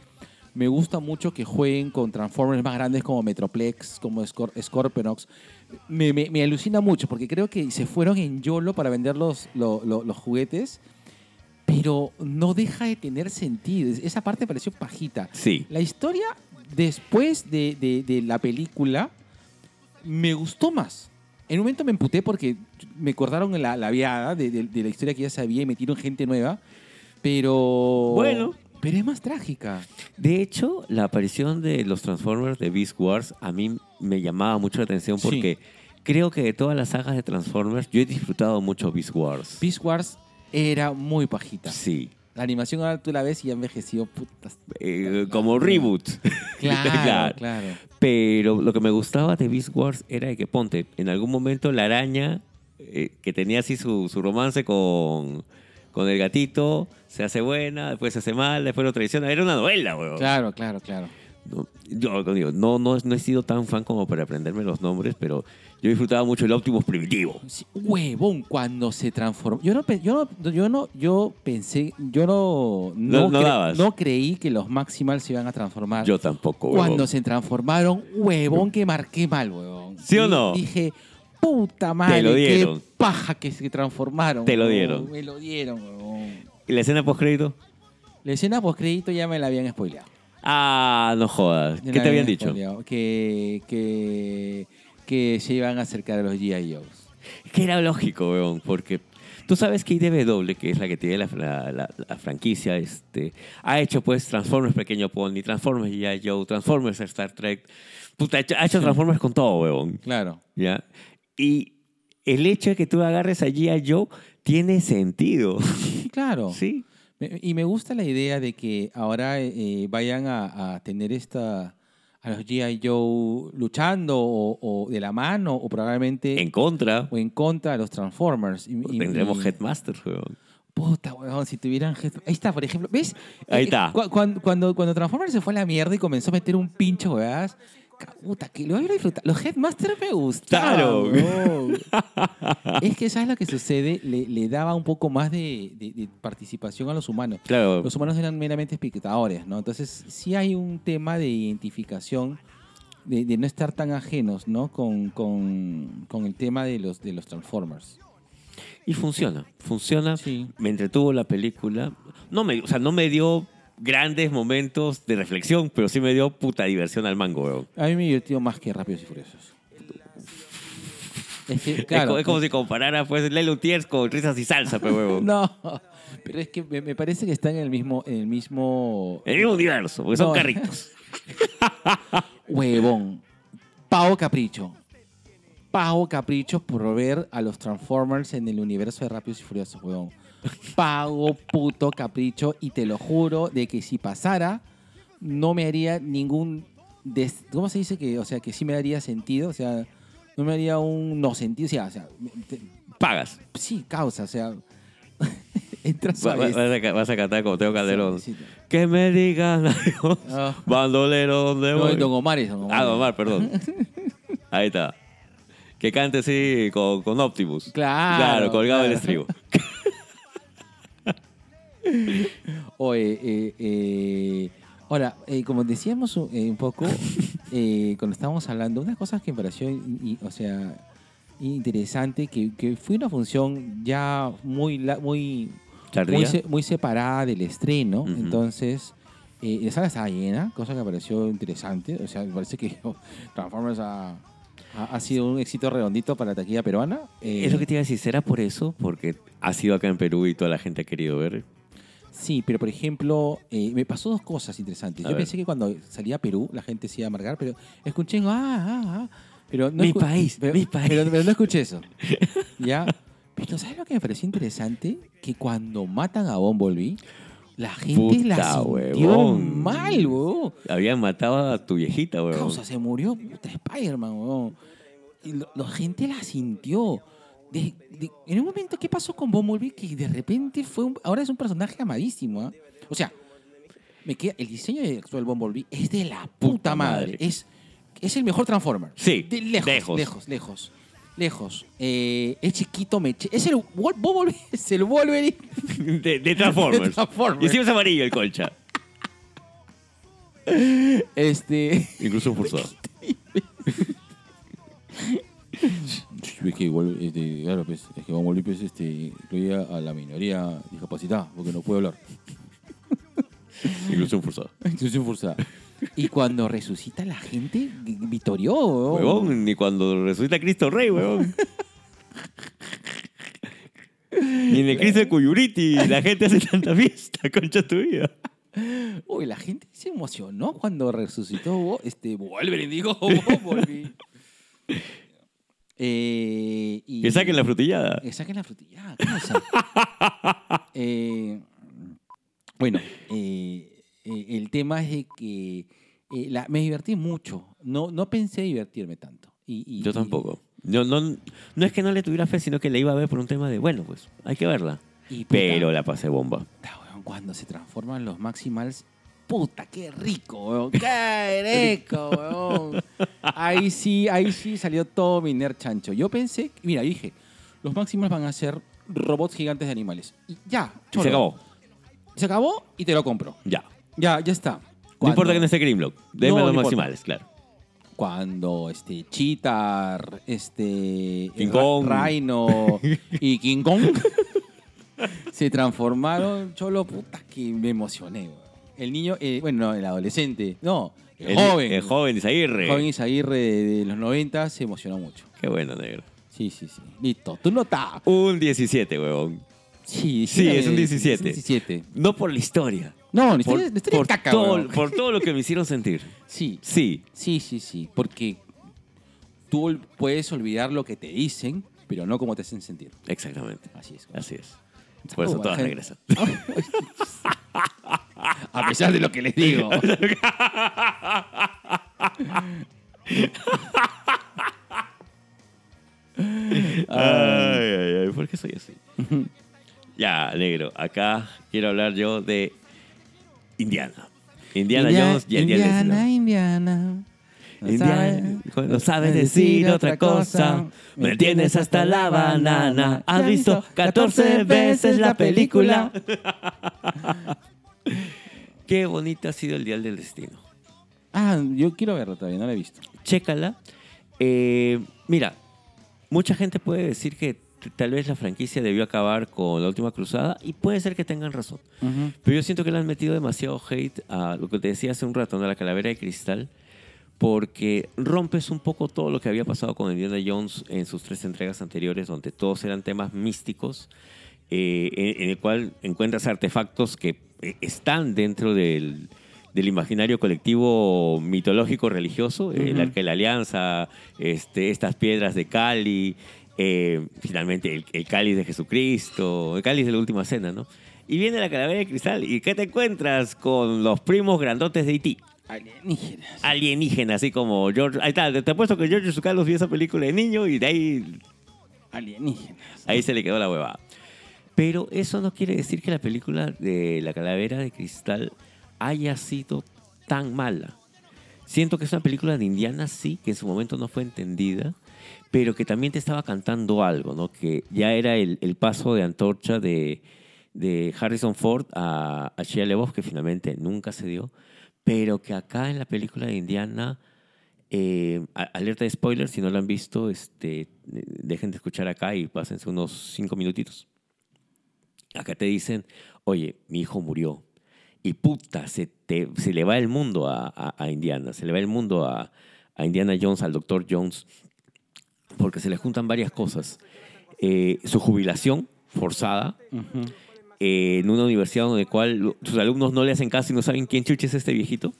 Me gusta mucho que jueguen con Transformers más grandes como Metroplex, como Scor- Scorpionox. Me, me- me alucina mucho porque creo que se fueron en YOLO para vender los, lo- lo- los juguetes, pero no deja de tener sentido. Es- Esa parte pareció pajita. Sí. La historia después de, de- de la película me gustó más. En un momento me emputé porque me cortaron la, la viada de, de- de la historia que ya sabía y metieron gente nueva. Pero. Bueno. Pero es más trágica. De hecho, la aparición de los Transformers de Beast Wars a mí me llamaba mucho la atención Sí. porque creo que de todas las sagas de Transformers yo he disfrutado mucho Beast Wars. Beast Wars era muy pajita. Sí. La animación ahora tú la ves y ya envejeció. Putas. Eh, como [laughs] reboot. Claro, claro. Pero lo que me gustaba de Beast Wars era de que ponte, en algún momento la araña, eh, que tenía así su, su romance con, con el gatito, se hace buena, después se hace mal, después lo traiciona. Era una novela, weón. Claro, claro, claro. No, yo lo digo, no, no, no he sido tan fan como para aprenderme los nombres, pero yo disfrutaba mucho el Optimus primitivo. Sí, huevón, cuando se transformó. Yo no, pe- yo no, yo no, yo pensé, yo no, No- no cre- dabas. no creí que los Maximals se iban a transformar. Yo tampoco, huevón. cuando Ah. se transformaron, huevón, que marqué mal, huevón. ¿Sí o Di- no? Dije, puta madre, lo dieron. qué paja que se transformaron. Te lo huevón. dieron. Me lo dieron, huevón. ¿Y la escena post-crédito? La escena postcrédito ya me la habían spoileado. Ah, no jodas. Ya ¿Qué la te habían dicho? spoileado. Que, que, que se iban a acercar a los G.I. Joes. Que era lógico, weón, porque tú sabes que IDW, que es la que tiene la, la- la- la franquicia, este, ha hecho pues Transformers Pequeño Pony, Transformers G.I. Joe, Transformers Star Trek. Puta, ha hecho, ha hecho Transformers con todo, weón. [laughs] Claro. ¿Ya? Y el hecho de que tú agarres a G.I. Joe tiene sentido. [laughs] Sí, claro. ¿Sí? Me- Y me gusta la idea de que ahora eh, vayan a, a tener esta a los G.I. Joe luchando o, o de la mano o probablemente En contra, o en contra de los Transformers. Y- y- tendremos y- Headmaster, weón. Puta, weón, si tuvieran Head- Ahí está, por ejemplo. ¿Ves? Ahí Eh, está. cu- cuan- cuando, cuando Transformers se fue a la mierda y comenzó a meter un pincho, weás. ca- Puta, que lo voy a disfrutar. Los Headmasters me gustaron. weón. es que, ¿sabes lo que sucede? Le, le daba un poco más de, de- de participación a los humanos. Claro, Los humanos eran meramente espectadores, ¿no? Entonces, sí hay un tema de identificación, de, de no estar tan ajenos, ¿no? Con, con- con el tema de los, de los Transformers. Y funciona, funciona. Sí. Me entretuvo la película. No me, o sea, no me dio grandes momentos de reflexión, pero sí me dio puta diversión al mango, weón. A mí me divirtió más que Rápidos y Furiosos. Es que, claro. es, co- es como si comparara pues Lelo Tiers con risas y salsa, pero weón. [laughs] No, pero es que me, me parece que están en el mismo, en el mismo El mismo universo, porque son No. carritos. huevón. Pavo Capricho. Pavo Capricho por ver a los Transformers en el universo de Rápidos y Furiosos, huevón. Pago puto Capricho y te lo juro de que si pasara no me haría ningún des- ¿cómo se dice que? O sea, que sí me haría sentido, o sea, no me haría un no sentido, o sea, o sea, me- te- Pagas. Sí, causa, o sea. [laughs] Entra Va- va- suave. vas, a, ca- vas a cantar como Teo Calderón. Sí, sí. Que me digan adiós, Ah. bandolero, ¿dónde No, voy? es Don Omar es Don Omar. ah, Don Omar, [laughs] perdón. Ahí está. Que cante así con, con Optimus. Claro, Claro, colgado claro. el estribo. Oye, eh, eh, ahora, eh, como decíamos un- eh, [laughs] un poco, eh, cuando estábamos hablando, una cosa que me pareció, y- y- o sea, interesante, que, que fue una función ya muy, la- muy, muy, Tardía. se- muy separada del estreno. Ujú. Entonces, eh, la sala estaba llena, cosa que me pareció interesante. O sea, me parece que [laughs] Transformers ha, ha- ha sido un éxito redondito para la taquilla peruana. Eh, Es lo que te iba a decir, ¿será por eso? Porque ha sido acá en Perú y toda la gente ha querido ver. Sí, pero por ejemplo, eh, me pasó dos cosas interesantes. A Yo ver. pensé que cuando salía a Perú la gente se iba a amargar, pero escuché, ah, ah, ah. Pero no Mi escu- país, pero- mi país. Pero, pero no [laughs] escuché eso. ¿Ya? Pero ¿sabes lo que me pareció interesante? Que cuando matan a Bumblebee, la gente la Puta, sintió huevón. mal, huevón. Habían matado a tu viejita, weón. Causa, se murió puta, Spider-Man, huevón. Y lo- la gente la sintió. De- de- en un momento, ¿qué pasó con Bumblebee? Que de repente fue un- ahora es un personaje amadísimo. ¿ah? O sea, me queda, el diseño de actual Bumblebee es de la puta, Puta madre. madre. Es, es el mejor Transformer. Sí, De lejos, lejos, lejos. lejos, lejos. Eh, es chiquito, meche. Es el Wol- Bumblebee, [laughs] es el Wolverine. [laughs] De, de Transformers. [laughs] De Transformers. Y encima es amarillo el colcha. Este. Incluso un forzado. Es que igual, este, claro, pues, es que Vamos Limpio este, incluye a la minoría discapacitada, porque no puede hablar. [laughs] Incluso un forzado. Inclusión forzada. Y cuando resucita la gente, vitorió. huevón. Huevón, ni cuando resucita Cristo Rey, [laughs] huevón. Ni en el Cristo de Cuyuriti la gente hace tanta fiesta, concha tu vida. Uy, la gente se emocionó cuando resucitó Wo- este Wolverine, digo, [laughs] Wolverine. Eh, y, Que saquen la frutillada. Que Eh, saquen la frutilla, [laughs] ¿qué pasa? Eh, bueno, eh, eh, el tema es de que eh, la- me divertí mucho. No, no pensé divertirme tanto. Y, y- Yo y- tampoco. No, no, no es que no le tuviera fe, sino que la iba a ver por un tema de, bueno, pues, hay que verla. y puta, Pero la pasé bomba. puta, weón, cuando se transforman los Maximals, puta, qué rico, weón. Qué rico, weón. Ahí sí, ahí sí salió todo mi nerd chancho. Yo pensé, mira, dije, los Maximals van a ser robots gigantes de animales. Y ya, Y se cholo. acabó. Se acabó y te lo compro. Ya. Ya, ya está. No importa que no Cuando- esté Grimlock. Deme No, los no importa. maximales, claro. cuando este Cheetah, este King [laughs] Ra- Kong. Rhino y King Kong se transformaron, cholo, puta, que me emocioné. weón. El niño, eh, bueno, no, el adolescente, no, el, El joven. El joven Isaguirre. El joven Isaguirre de, de los 90 se emocionó mucho. Qué bueno, negro. Sí, sí, sí. Listo, tú no estás. Un 17, huevón. Sí, Sí, es un eh, 17. es un 17. No por la historia. No, la Por, historia- la historia por es caca, todo, weón. por todo lo que me hicieron sentir. Sí, Sí. sí, sí, sí. Porque tú ol- puedes olvidar lo que te dicen, pero no cómo te hacen sentir. Exactamente. Así es. Así es. Por eso Oh, todas gente. regresan. A pesar de lo que [laughs] les digo. Ay, ay, ay, ¿por qué soy así? [laughs] ya, negro, acá quiero hablar yo de Indiana. Indiana Jones y el día del Indiana, Destino. Indiana. No Indiana, hijo, no sabes decir otra cosa. Me tienes hasta la banana. Has visto 14 veces la película. Qué bonito ha sido el Dial del Destino. Ah, yo quiero verla todavía, no la he visto. Chécala. Eh, mira, mucha gente puede decir que t- tal vez la franquicia debió acabar con la última cruzada y puede ser que tengan razón. Pero yo siento que le han metido demasiado hate a lo que te decía hace un rato, ¿no? a la calavera de cristal, porque rompes un poco todo lo que había pasado con Indiana Jones en sus tres entregas anteriores, donde todos eran temas místicos, eh, en, en el cual encuentras artefactos que eh, están dentro del, del imaginario colectivo mitológico religioso, eh, el Arca de la Alianza, este, estas piedras de Cali, eh, finalmente el, el cáliz de Jesucristo, el cáliz de la última cena, ¿no? Y viene la calavera de cristal. ¿Y qué te encuentras con los primos grandotes de E Haití? Alienígenas. Ah. Alienígena, así como George. Ahí está, te te apuesto que George Carlos vio esa película de niño y de ahí, Alienígenas. ahí se le quedó la huevada. Pero eso no quiere decir que la película de la calavera de cristal haya sido tan mala. Siento que es una película de Indiana, sí, que en su momento no fue entendida, pero que también te estaba cantando algo, ¿no? Que ya era el, el paso de antorcha de, de Harrison Ford a, a Shia LaBeouf, que finalmente nunca se dio, pero que acá en la película de Indiana, eh, a- alerta de spoiler, si no la han visto, este, eh, dejen de escuchar acá y pásense unos cinco minutitos. Acá te dicen, oye, mi hijo murió. Y puta, se, te- se le va el mundo a, a- a Indiana, se le va el mundo a, a Indiana Jones, al doctor Jones, porque se le juntan varias cosas. Eh, su jubilación forzada eh, en una universidad donde cual lo- sus alumnos no le hacen caso y no saben quién chuche es este viejito.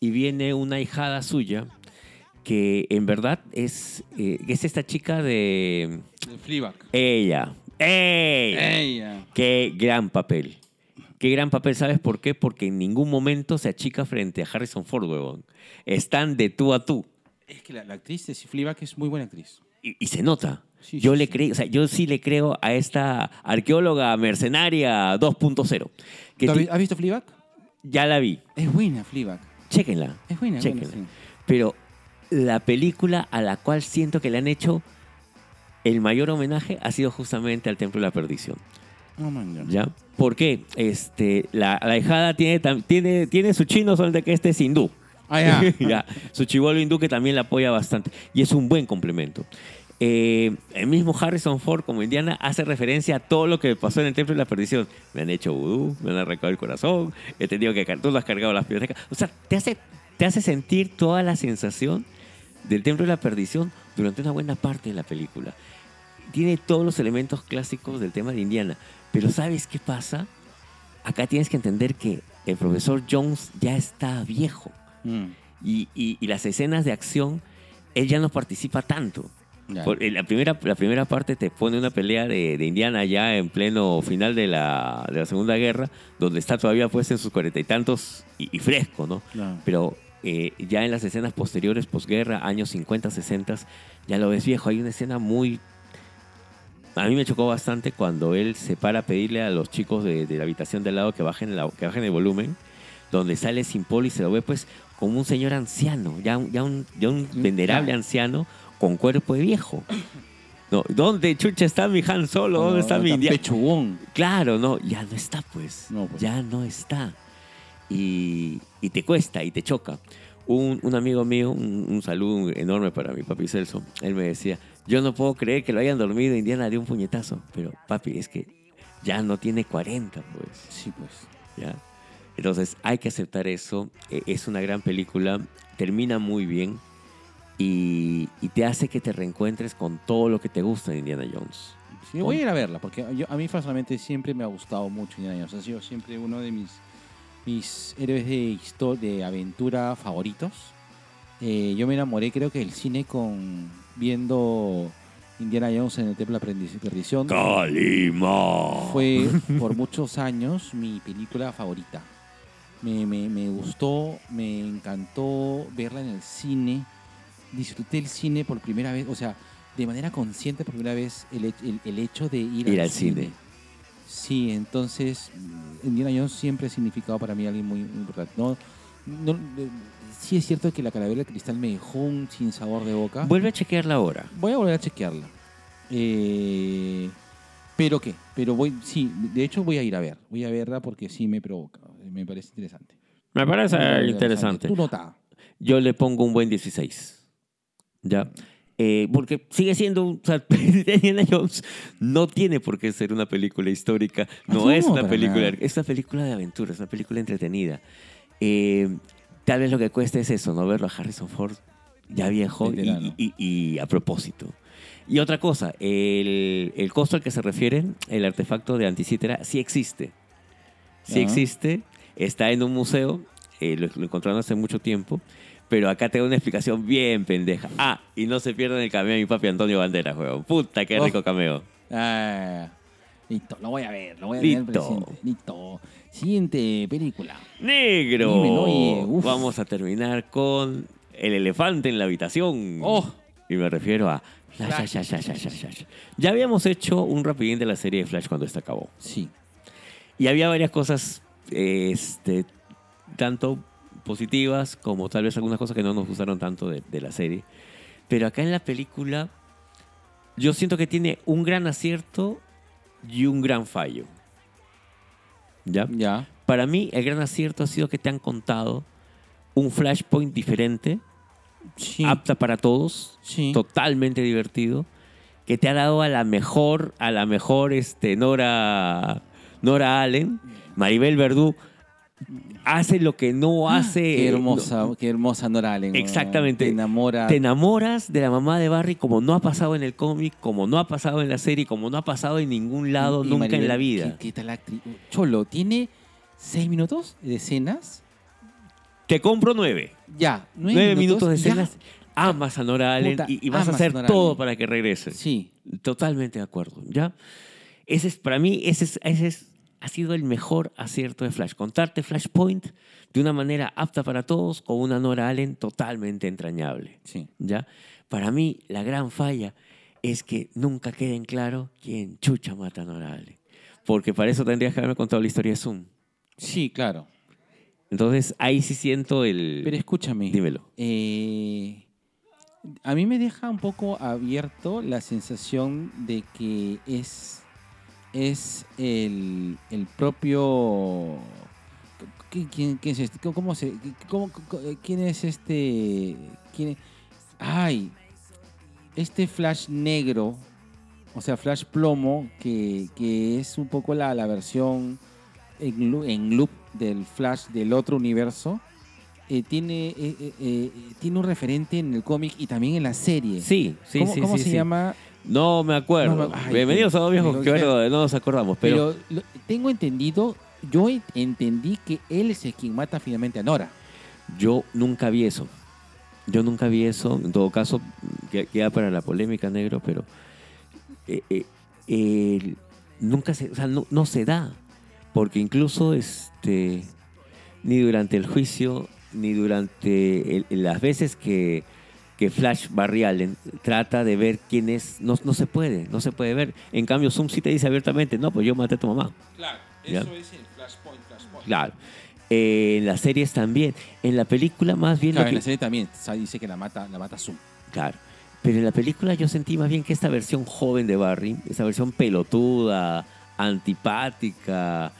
Y viene una hijada suya que en verdad es, eh, es esta chica de... El Fleabag. Ella. ¡Ey! Ella. Qué gran papel. Qué gran papel, ¿sabes por qué? Porque en ningún momento se achica frente a Harrison Ford, huevón. Están de tú a tú. Es que la, la actriz de Fleabag es muy buena actriz. Y, y se nota. Sí, yo sí, le sí. creo, o sea, yo sí le creo a esta arqueóloga mercenaria 2.0. Que ¿Tú has ti- vi- ¿Has visto Fleabag? ya la vi. Es buena Fleabag. Chéquenla. Es buena, es buena, Chéquenla. Pero la película a la cual siento que le han hecho el mayor homenaje ha sido justamente al Templo de la Perdición. No, man, no. ¿Ya? ¿Por qué? Este, la, la hijada tiene, tam- tiene, tiene su chino, solamente que este es hindú. Ah, ya. [laughs] Ya, Su chivolo hindú que también la apoya bastante. Y es un buen complemento. Eh, el mismo Harrison Ford como Indiana hace referencia a todo lo que pasó en el Templo de la Perdición. Me han hecho vudú, me han arrancado el corazón, he tenido que car- tú lo has cargado las piedras. O sea, te hace, te hace sentir toda la sensación del Templo de la Perdición durante una buena parte de la película. Tiene todos los elementos clásicos del tema de Indiana. Pero ¿sabes qué pasa? Acá tienes que entender que el profesor Jones ya está viejo Mm, y, y- y las escenas de acción, él ya no participa tanto. ya. Por- en la, primera, la primera parte te pone una pelea de, de Indiana ya en pleno final de la, de la Segunda Guerra, donde está todavía pues en sus cuarenta y tantos y, y fresco, ¿no? Claro. Pero eh, ya en las escenas posteriores, posguerra, años 50, 60, ya lo ves viejo. Hay una escena muy... A mí me chocó bastante cuando él se para a pedirle a los chicos de, de la habitación de al lado que bajen, la- que bajen el volumen, donde sale sin polo y se lo ve pues como un señor anciano, ya, un- ya, un, ya un venerable anciano con cuerpo de viejo. No, ¿Dónde chucha está mi Han Solo? ¿Dónde No, está mi tan Indiana? Pechugón. Claro, no, ya no está, pues. No, pues. Ya no está. Y, y te cuesta y te choca. un, un amigo mío, un, un saludo enorme para mi papi Celso, él me decía, yo no puedo creer que lo hayan dormido, Indiana de un puñetazo, pero papi, es que ya no tiene 40, pues. Sí, pues. ¿ya? Entonces hay que aceptar eso. E- Es una gran película, termina muy bien y, y te hace que te reencuentres con todo lo que te gusta de Indiana Jones. Sí, voy a ir a verla, porque yo- a mí personalmente siempre me ha gustado mucho Indiana Jones. Ha sido siempre uno de mis, mis héroes de, histo- de aventura favoritos. Eh, yo me enamoré, creo que del cine con viendo Indiana Jones en el Templo de la Perdici- Perdición. ¡Calima! [laughs] Fue por muchos años mi película favorita. Me, me- me gustó, me encantó verla en el cine. Disfruté el cine por primera vez, o sea, de manera consciente por primera vez el, he- el- el hecho de ir, Ir al cine. Sí, entonces mm, Indiana Jones siempre ha significado para mí alguien muy, muy importante. No, no, eh, sí es cierto que la calavera de cristal me dejó un sinsabor de boca. Vuelve a chequearla ahora. Voy a volver a chequearla. Eh, ¿Pero qué? Pero voy, sí, de hecho voy a ir a ver. Voy a verla porque sí me provoca. Me parece interesante. Me parece Tú nota. Yo le pongo un buen 16. ¿Ya? Eh, porque sigue siendo, un- o sea, [laughs] Indiana Jones no tiene por qué ser una película histórica, no, No, es una para película, nada. es una película de aventura, es una película entretenida. Eh, tal vez lo que cueste es eso, no verlo a Harrison Ford ya viejo y, Veterano. y- y a propósito. Y otra cosa, el, el costo al que se refiere, el artefacto de Anticítera, sí existe. Sí Ajá. existe, está en un museo, eh, lo, lo encontraron hace mucho tiempo, pero acá te doy una explicación bien pendeja. Ah, y no se pierdan el cameo de mi papi Antonio Banderas, weón. Puta, qué Oh. rico cameo. Ah, listo, lo voy a ver. Lo voy a Listo. ver presente. Listo. Siguiente película. ¡Negro! Dímelo, oye, uf. Vamos a terminar con el elefante en la habitación. Oh. Y me refiero a Flash, Flash, Flash, Flash, Flash, Flash. Ya habíamos hecho un rapidín de la serie de Flash cuando esta acabó. Sí. Y había varias cosas, este, tanto positivas como tal vez algunas cosas que no nos gustaron tanto de, de la serie. Pero acá en la película, yo siento que tiene un gran acierto y un gran fallo. ¿Ya? Ya. Para mí, el gran acierto ha sido que te han contado un flashpoint diferente, Sí. apta para todos, sí. totalmente divertido, que te ha dado a la mejor, a la mejor este, Nora, Nora Allen, Maribel Verdú, hace lo que no hace. Ah, Qué eh, hermosa, qué hermosa Nora Allen. weón. Exactamente. Te enamora. te enamoras de la mamá de Barry como no ha pasado en el cómic, como no ha pasado en la serie, como no ha pasado en ningún lado Y- y nunca en Maribel, la vida. ¿qué, qué tal actriz? Cholo, tiene seis minutos de escenas. Te compro nueve. Ya. Nueve, Nueve minutos de ya. escenas. Amas a Nora Allen Puta, y, y vas a amas hacer a Nora todo Allen. para que regrese. Sí. Totalmente de acuerdo, ¿ya? Ese es, para mí, ese, es- ese es- ha sido el mejor acierto de Flash. Contarte Flashpoint de una manera apta para todos con una Nora Allen totalmente entrañable, Sí. ¿ya? Para mí, la gran falla es que nunca queda en claro quién chucha mata a Nora Allen. Porque para eso tendrías que haberme contado la historia de Zoom. Sí, claro. Entonces, ahí sí siento el... Pero escúchame. Dímelo. eh, a mí me deja un poco abierto la sensación de que es, es el, el propio... ¿Qui- ¿Quién, quién es este? ¿Cómo- ¿Cómo se...? cómo- cómo- eh, ¿Quién es este...? ¿Quién es? ¡Ay! Este Flash negro, o sea, Flash plomo, que, que es un poco la, la versión en, lu- en loop del Flash del otro universo, eh, tiene, eh, eh, eh, tiene un referente en el cómic y también en la serie. Sí, sí, ¿Cómo, sí, cómo sí, se sí. llama? No me acuerdo. No me- ay, Bienvenidos a dos viejos pero- que ahora no nos acordamos, pero... Pero, lo- tengo entendido, yo en- entendí que él es el quien mata finalmente a Nora. Yo nunca vi eso. Yo nunca vi eso. En todo caso, que- queda para la polémica, negro, pero eh, eh, el- nunca se, o sea, no, no se da. Porque incluso este, ni durante el juicio, ni durante el- las veces que, que Flash Barry Allen trata de ver quién es, no, no se puede, no se puede ver. En cambio, Zoom sí te dice abiertamente, no, pues yo maté a tu mamá. Claro, Ya. eso es el Flashpoint, Flashpoint. Claro. Eh, en las series también. En la película más bien... lo Claro, que- en la serie también o sea, dice que la mata, la mata Zoom. Claro. Pero en la película yo sentí más bien que esta versión joven de Barry, esa versión pelotuda, antipática,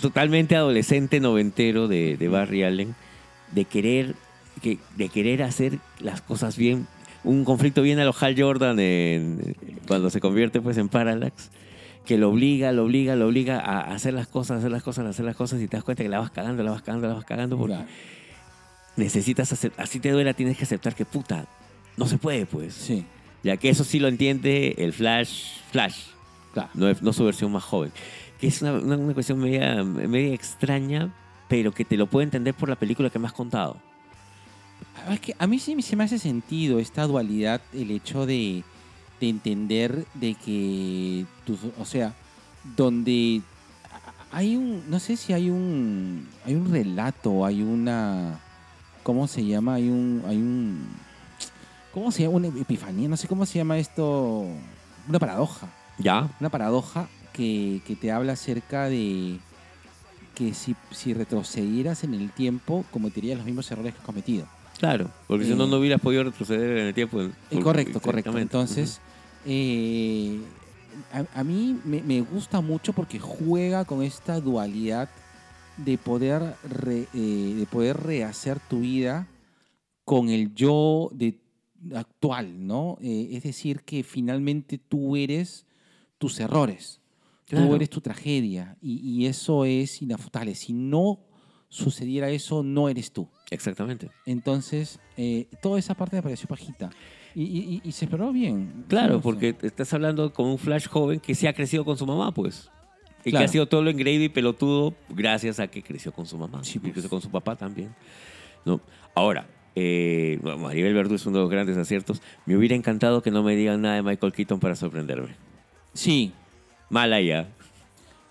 totalmente adolescente noventero de, de Barry Allen, de querer que, de querer hacer las cosas bien. Un conflicto bien a los Hal Jordan en- cuando se convierte pues en Parallax, que lo obliga, lo obliga, lo obliga a hacer las cosas, hacer las cosas, hacer las cosas y te das cuenta que la vas cagando, la vas cagando, la vas cagando porque Claro. necesitas, ace- así te duela, tienes que aceptar que puta, no se puede pues. Sí, Ya que eso sí lo entiende el Flash, Flash, claro. no, es- no su versión más joven. Que es una, una- una cuestión media, media extraña, pero que te lo puede entender por la película que me has contado. Ah, Es que a mí sí se me hace sentido esta dualidad, el hecho de, de entender de que, tus- o sea, donde hay un, no sé si hay un, hay un relato, hay una, ¿cómo se llama? Hay un, hay un, ¿cómo se llama? Una epifanía, no sé cómo se llama esto, una paradoja ¿Ya? una paradoja que, que te habla acerca de que si, si retrocedieras en el tiempo cometerías los mismos errores que has cometido. Claro, porque si no, Eh, no hubieras podido retroceder en el tiempo. Eh, Por- correcto, correcto. exactamente. Entonces, eh, a, a mí me, me gusta mucho porque juega con esta dualidad de poder, re- eh, de poder rehacer tu vida con el yo de, actual, ¿no? Eh, es decir, que finalmente tú eres tus errores, tú Claro. eres tu tragedia y, y eso es inafutable. Si no sucediera eso, no eres tú. Ujú, Exactamente. Entonces, eh, toda esa parte me pareció pajita. Y, y- y- y se esperó bien. Claro, Sí, porque estás hablando con un Flash joven que se ha crecido con su mamá, pues. Y Claro. que ha sido todo lo engreído y pelotudo gracias a que creció con su mamá. Sí, Sí, pues. creció con su papá también. No. Ahora, eh, bueno, Maribel Verdú es uno de los grandes aciertos. Me hubiera encantado que no me digan nada de Michael Keaton para sorprenderme. Sí, Mala ya.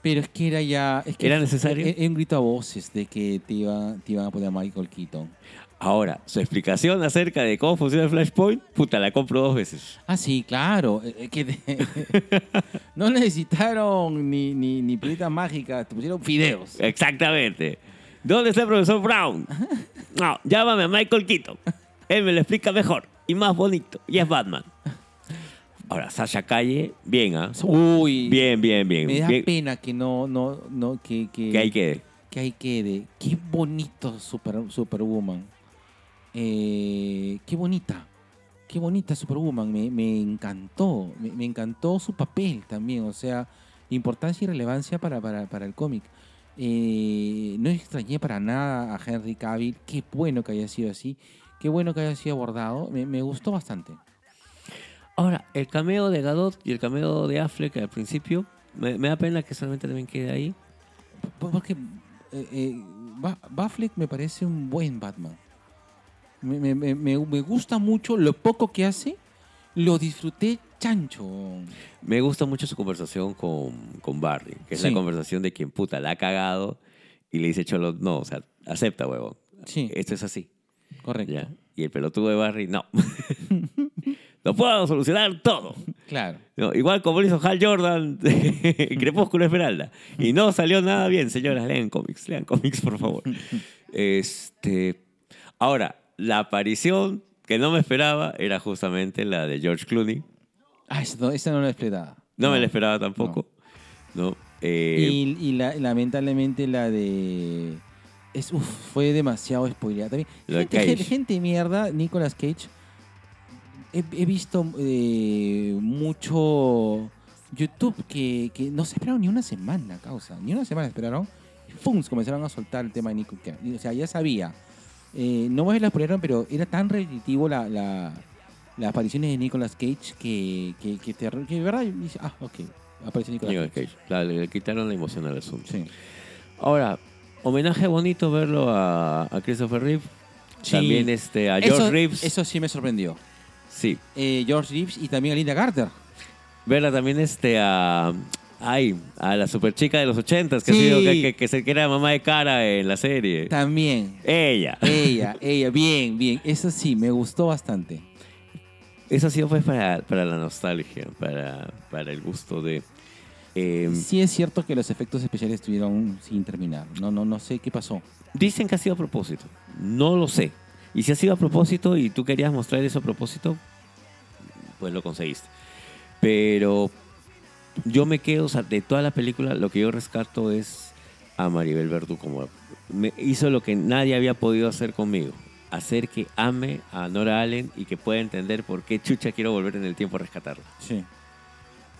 pero es que era ya... es que e, ¿Era necesario? Era un grito a voces de que te, iba- te iban a poner a Michael Keaton. Ahora, su explicación acerca de cómo funciona el Flashpoint, puta, la compro dos veces. Ah, sí, claro. eh, eh, que te- [laughs] no necesitaron ni, ni, ni pelitas mágicas, te pusieron fideos. Exactamente. ¿Dónde está el profesor Brown? No, llámame a Michael Keaton. Él me lo explica mejor y más bonito. Y es Batman. Ahora, Sasha Calle, bien, ¿ah? Uy, Bien, bien, bien. me da bien. pena que no... no, no que, que, Que ahí quede. que ahí quede. Qué bonito Super, Superwoman. Eh, qué bonita. Qué bonita Superwoman. Me, me encantó. Me, me encantó su papel también. O sea, importancia y relevancia para, para, para el cómic. Eh, no extrañé para nada a Henry Cavill. Qué bueno que haya sido así. Qué bueno que haya sido abordado. Me, me gustó bastante. Ahora, el cameo de Gadot y el cameo de Affleck al principio, me, me da pena que solamente también quede ahí. P- Porque eh, eh, Ba- Batfleck me parece un buen Batman. Me, me- me- me- me gusta mucho lo poco que hace. Lo disfruté chancho. Me gusta mucho su conversación con, con Barry, que es Sí. la conversación de quien puta la ha cagado y le dice Cholo, no, o sea, acepta, huevón. Sí, Esto es así. correcto. Ya. Y el pelotudo de Barry, no. [laughs] Lo puedo solucionar todo. Claro. No, igual como lo hizo Hal Jordan [laughs] en Crepúsculo Esmeralda. Y no salió nada bien, señoras. Lean cómics, lean cómics, por [laughs] favor. Este, ahora, la aparición que no me esperaba era justamente la de George Clooney. Ah, esa no, esa no la esperaba. No, me la esperaba tampoco. No. Eh, Y, y la- lamentablemente la de. Es, uf, fue demasiado spoileada también. La de Gente, Cage. gente- gente mierda, Nicolas Cage. He, he visto eh, mucho YouTube que, que no se esperaron ni una semana, causa. Ni una semana esperaron. Y ¡fum! comenzaron a soltar el tema de Nicolas Cage. O sea, ya sabía. Eh, no me la spoilearon, pero era tan repetitivo la, la- las apariciones de Nicolas Cage que, que, que te, que de verdad dice, ah, ok, aparece Nicolas Nicolas Cage. Cage. La- le quitaron la emoción al asunto. Sí. Ahora, homenaje bonito verlo a, a Christopher Reeve. Sí. También este, a George eso, Reeves. Eso sí me sorprendió. Sí. Eh, George Reeves y también a Linda Carter. Verla también este a. Ay, a la superchica de los ochentas, que, Sí. ha sido- que, que, que se- que era mamá de cara en la serie. También. Ella. Ella, [laughs] ella, bien, bien. Eso sí, me gustó bastante. Eso ha sido pues para, para la nostalgia, para, para el gusto de. eh, Sí es cierto que los efectos especiales estuvieron sin terminar. No, no, no sé qué pasó. dicen que ha sido a propósito. No lo sé. Y si ha sido a propósito y tú querías mostrar eso a propósito, pues lo conseguiste. Pero yo me quedo, o sea, de toda la película, lo que yo rescato es a Maribel Verdú como me hizo lo que nadie había podido hacer conmigo. hacer que ame a Nora Allen y que pueda entender por qué chucha quiero volver en el tiempo a rescatarla. Sí.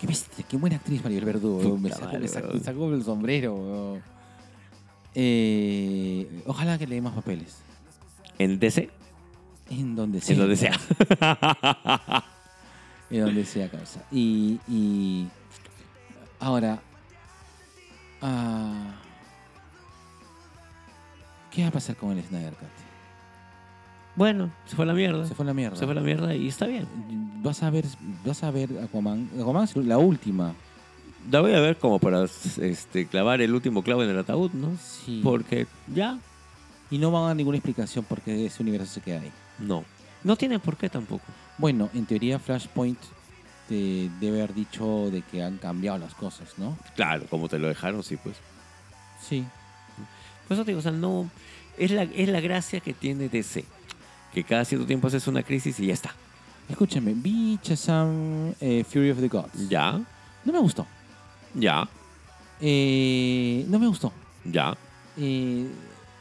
Qué bestia, qué buena actriz Maribel Verdú. weón. Me Puta sacó, madre, me sacó- weón. sacó el sombrero. weón. Eh, ojalá que le dé más papeles. En DC, En donde sea. en donde sea. En donde sea, causa. Y, y ahora, ah, ¿qué va a pasar con el Snyder Cut? bueno, se fue a la mierda. Se fue a la mierda. Se fue a la mierda y está bien. Vas a ver, vas a ver Aquaman. Aquaman es la última. La voy a ver como para este, clavar el último clavo en el ataúd, ¿no? Sí. Porque ya Y no van a dar ninguna explicación porque ese universo se queda ahí. no. No tiene por qué tampoco. Bueno, en teoría Flashpoint te debe haber dicho de que han cambiado las cosas, ¿no? Claro, como te lo dejaron, sí, pues. Sí. Por eso te digo, o sea, no. Es la, es la gracia que tiene DC. Que cada cierto tiempo haces una crisis y ya está. Escúchame, vi Shazam eh, Fury of the Gods. Ya, No me gustó. ya, Eh, no me gustó. ya. Eh,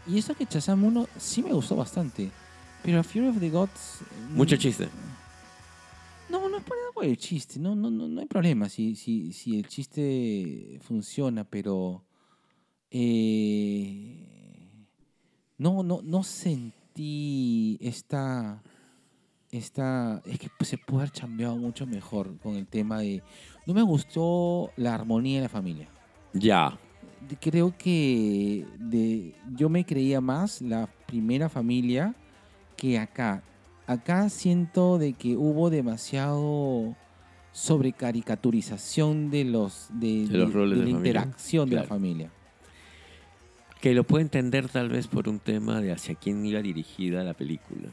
y eso que Shazam 1 sí me gustó bastante. Pero Fury of the Gods. mm, Mucho chiste. No, no es por algo el chiste. No, no, no, no hay problema si, si, si el chiste funciona, pero. eh, no, no, no sentí esta. Esta. Es que se pudo haber chambeado mucho mejor con el tema de. No me gustó la armonía de la familia Ya, creo que de, yo me creía más la primera familia que acá. Acá siento de que hubo demasiado sobrecaricaturización de los de, De los roles la de familia. interacción de la Claro. familia. que lo puedo entender tal vez por un tema de hacia quién iba dirigida la película.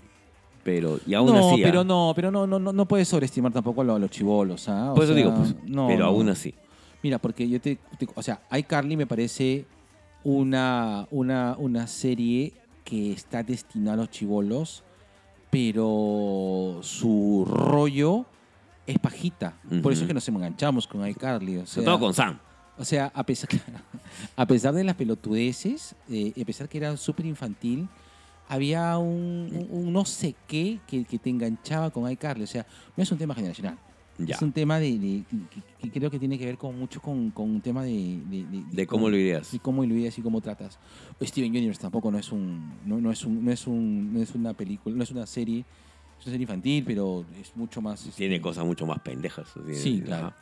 Pero, y aún no, así. pero ah, no, pero no, no, no, no puedes sobreestimar tampoco a lo- a los chivolos, ¿ah? O Por eso sea, digo, pues, no, pero no. aún así. Mira, porque yo te, te- o sea, iCarly me parece una, una, una serie que está destinada a los chivolos, pero su rollo es pajita. Por eso Ujú. es que nos enganchamos con iCarly. O sea, Sobre todo con Sam. o sea, a pesar, [laughs] a pesar de las pelotudeces, eh, a pesar que eran súper infantil, había un, un- un no sé qué que, que te enganchaba con iCarly. O sea, no es un tema generacional. Ya. Es un tema de, de- que, que creo que tiene que ver con mucho con, con un tema de... De, de- De cómo lo ideas. Y cómo lo ideas y cómo tratas. Pues Steven Universe tampoco no es un no, no es un no es un no es una película, no es una serie, es una serie infantil, pero es mucho más este, Tiene cosas mucho más pendejas. tiene- Sí, claro. ajá.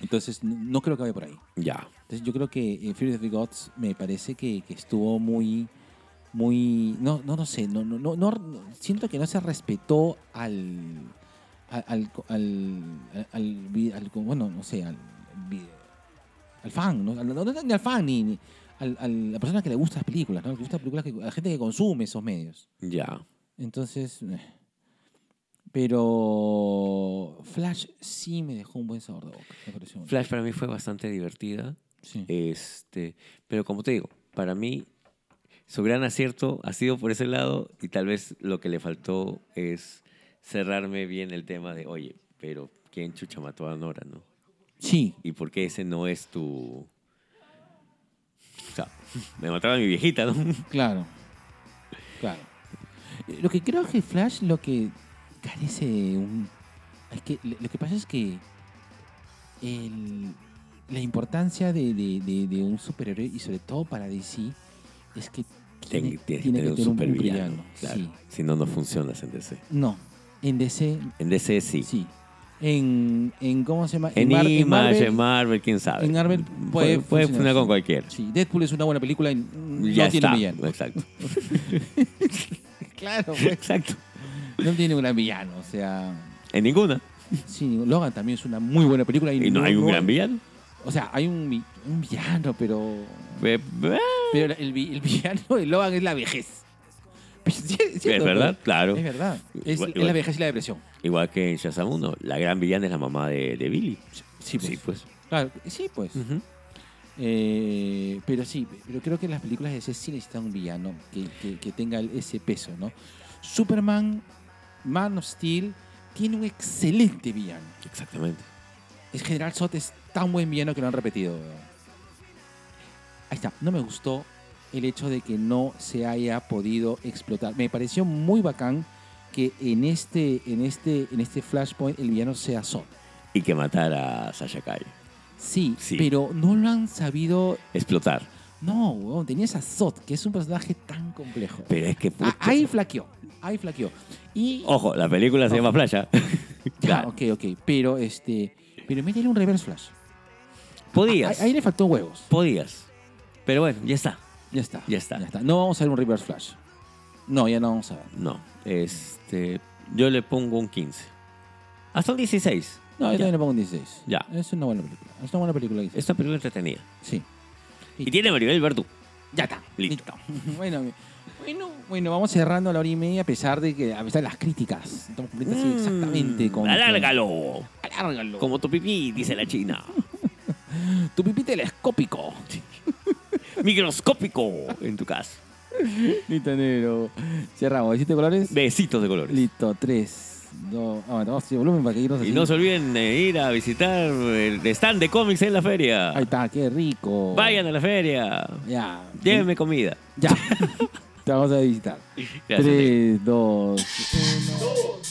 Entonces n- no creo que vaya por ahí. Ya. Entonces yo creo que eh, Fury of the Gods me parece que, que estuvo muy muy no no no sé, no no no, no- no- siento que no se respetó al al al, al- al vi- al- bueno, no sé, al vi- al fan, no, Al- no- no- ni al fan ni, ni al, al- la persona que le gustan las películas, ¿no? Que le gustan películas que, a la gente que consume esos medios. Ya. Entonces, eh. pero Flash sí me dejó un buen sabor de boca. me pareció. Flash para mí fue bastante divertida. Sí. Este, pero como te digo, para mí su gran acierto ha sido por ese lado y tal vez lo que le faltó es cerrarme bien el tema de, oye, pero ¿quién chucha mató a Nora, no? sí, ¿Y por qué ese no es tu...? O sea, [laughs] me mataba a mi viejita, ¿no? Claro. Claro. Eh, Lo que creo es que Flash lo que carece de un. Es que le- lo que pasa es que el- la importancia de, de- de- de un superhéroe y sobre todo para DC es que tiene, Tien- Tienes tiene que tener un, un supervillano, villano. claro. Sí. Si no, no funcionas en DC. No, en DC En DC sí. sí. En, en ¿cómo se llama? En, Mar- Image, en Marvel, Marvel- quién sabe. en Marvel puede puede funcionar funcionar, con sí. cualquiera. Sí, Deadpool es una buena película y no ya tiene un está. [laughs] villano. [laughs] Exacto. Claro, pues, Exacto. no tiene un gran villano, o sea. En ninguna. Sí, Logan también es una muy buena película. Y no hay un gran villano. O sea, hay un, vi- un villano, pero. Ve- ve- Pero el, vi- el villano de Logan es la vejez. [laughs] Sí, es Es cierto, verdad, claro. Es verdad. Es, Igual- es igual. la vejez y la depresión. Igual que en Shazam 1, la gran villana es la mamá de, de Billy. Sí, pues. Sí, pues. Claro, sí, pues. Ujú. Eh, pero sí, pero creo que las películas de ese sí necesitan un villano que, que- que tenga el- ese peso, ¿no? Superman, Man of Steel, tiene un excelente villano. Exactamente. El General Zod es tan buen villano que lo han repetido. weón. Ahí está. No me gustó el hecho de que no se haya podido explotar. Me pareció muy bacán que en este, en este, en este Flashpoint el villano sea Zod. Y que matar a Sasha Kai. Sí, Sí. pero no lo han sabido. Explotar. No, weón, tenías a Zod, que es un personaje tan complejo. Pero es que. Ah, pucha. ahí flaqueó, ahí flaqueó. Y. Ojo, la película se llama Playa. Ya, [laughs] claro. ok, ok. Pero este. Pero métele un reverse flash. Podías. Ahí, ahí le faltó huevos. Podías. Pero bueno, ya está. Ya está. Ya está. No vamos a ver un reverse flash. No, ya no vamos a ver. No. Este. Yo le pongo un 15. Hasta un 16. No, yo Ya. también le pongo un 16. Ya. Es una buena película. Es una buena película. dice. Esta película entretenida. Sí. Y tiene a Maribel Verdú. Ya está. Listo. [laughs] bueno, mi- bueno, bueno, vamos cerrando a la hora y media a pesar de que a pesar de las críticas. Estamos completas sí, exactamente con. Mm, Alárgalo. con- alárgalo. Como tu pipí, dice la [laughs] china. tu pipí telescópico. Microscópico en tu casa. Litanero. Cerramos. ¿Hiciste colores? Besitos de colores. Listo. 3, 2. Ah, bueno, vamos a hacer volumen para que irnos Y así. no se olviden de ir a visitar el stand de cómics en la feria. Ahí está, qué rico. Vayan a la feria. Ya. Llévenme [laughs] comida. Ya. Te vamos a visitar. Gracias, 3, 2, 1. Dos,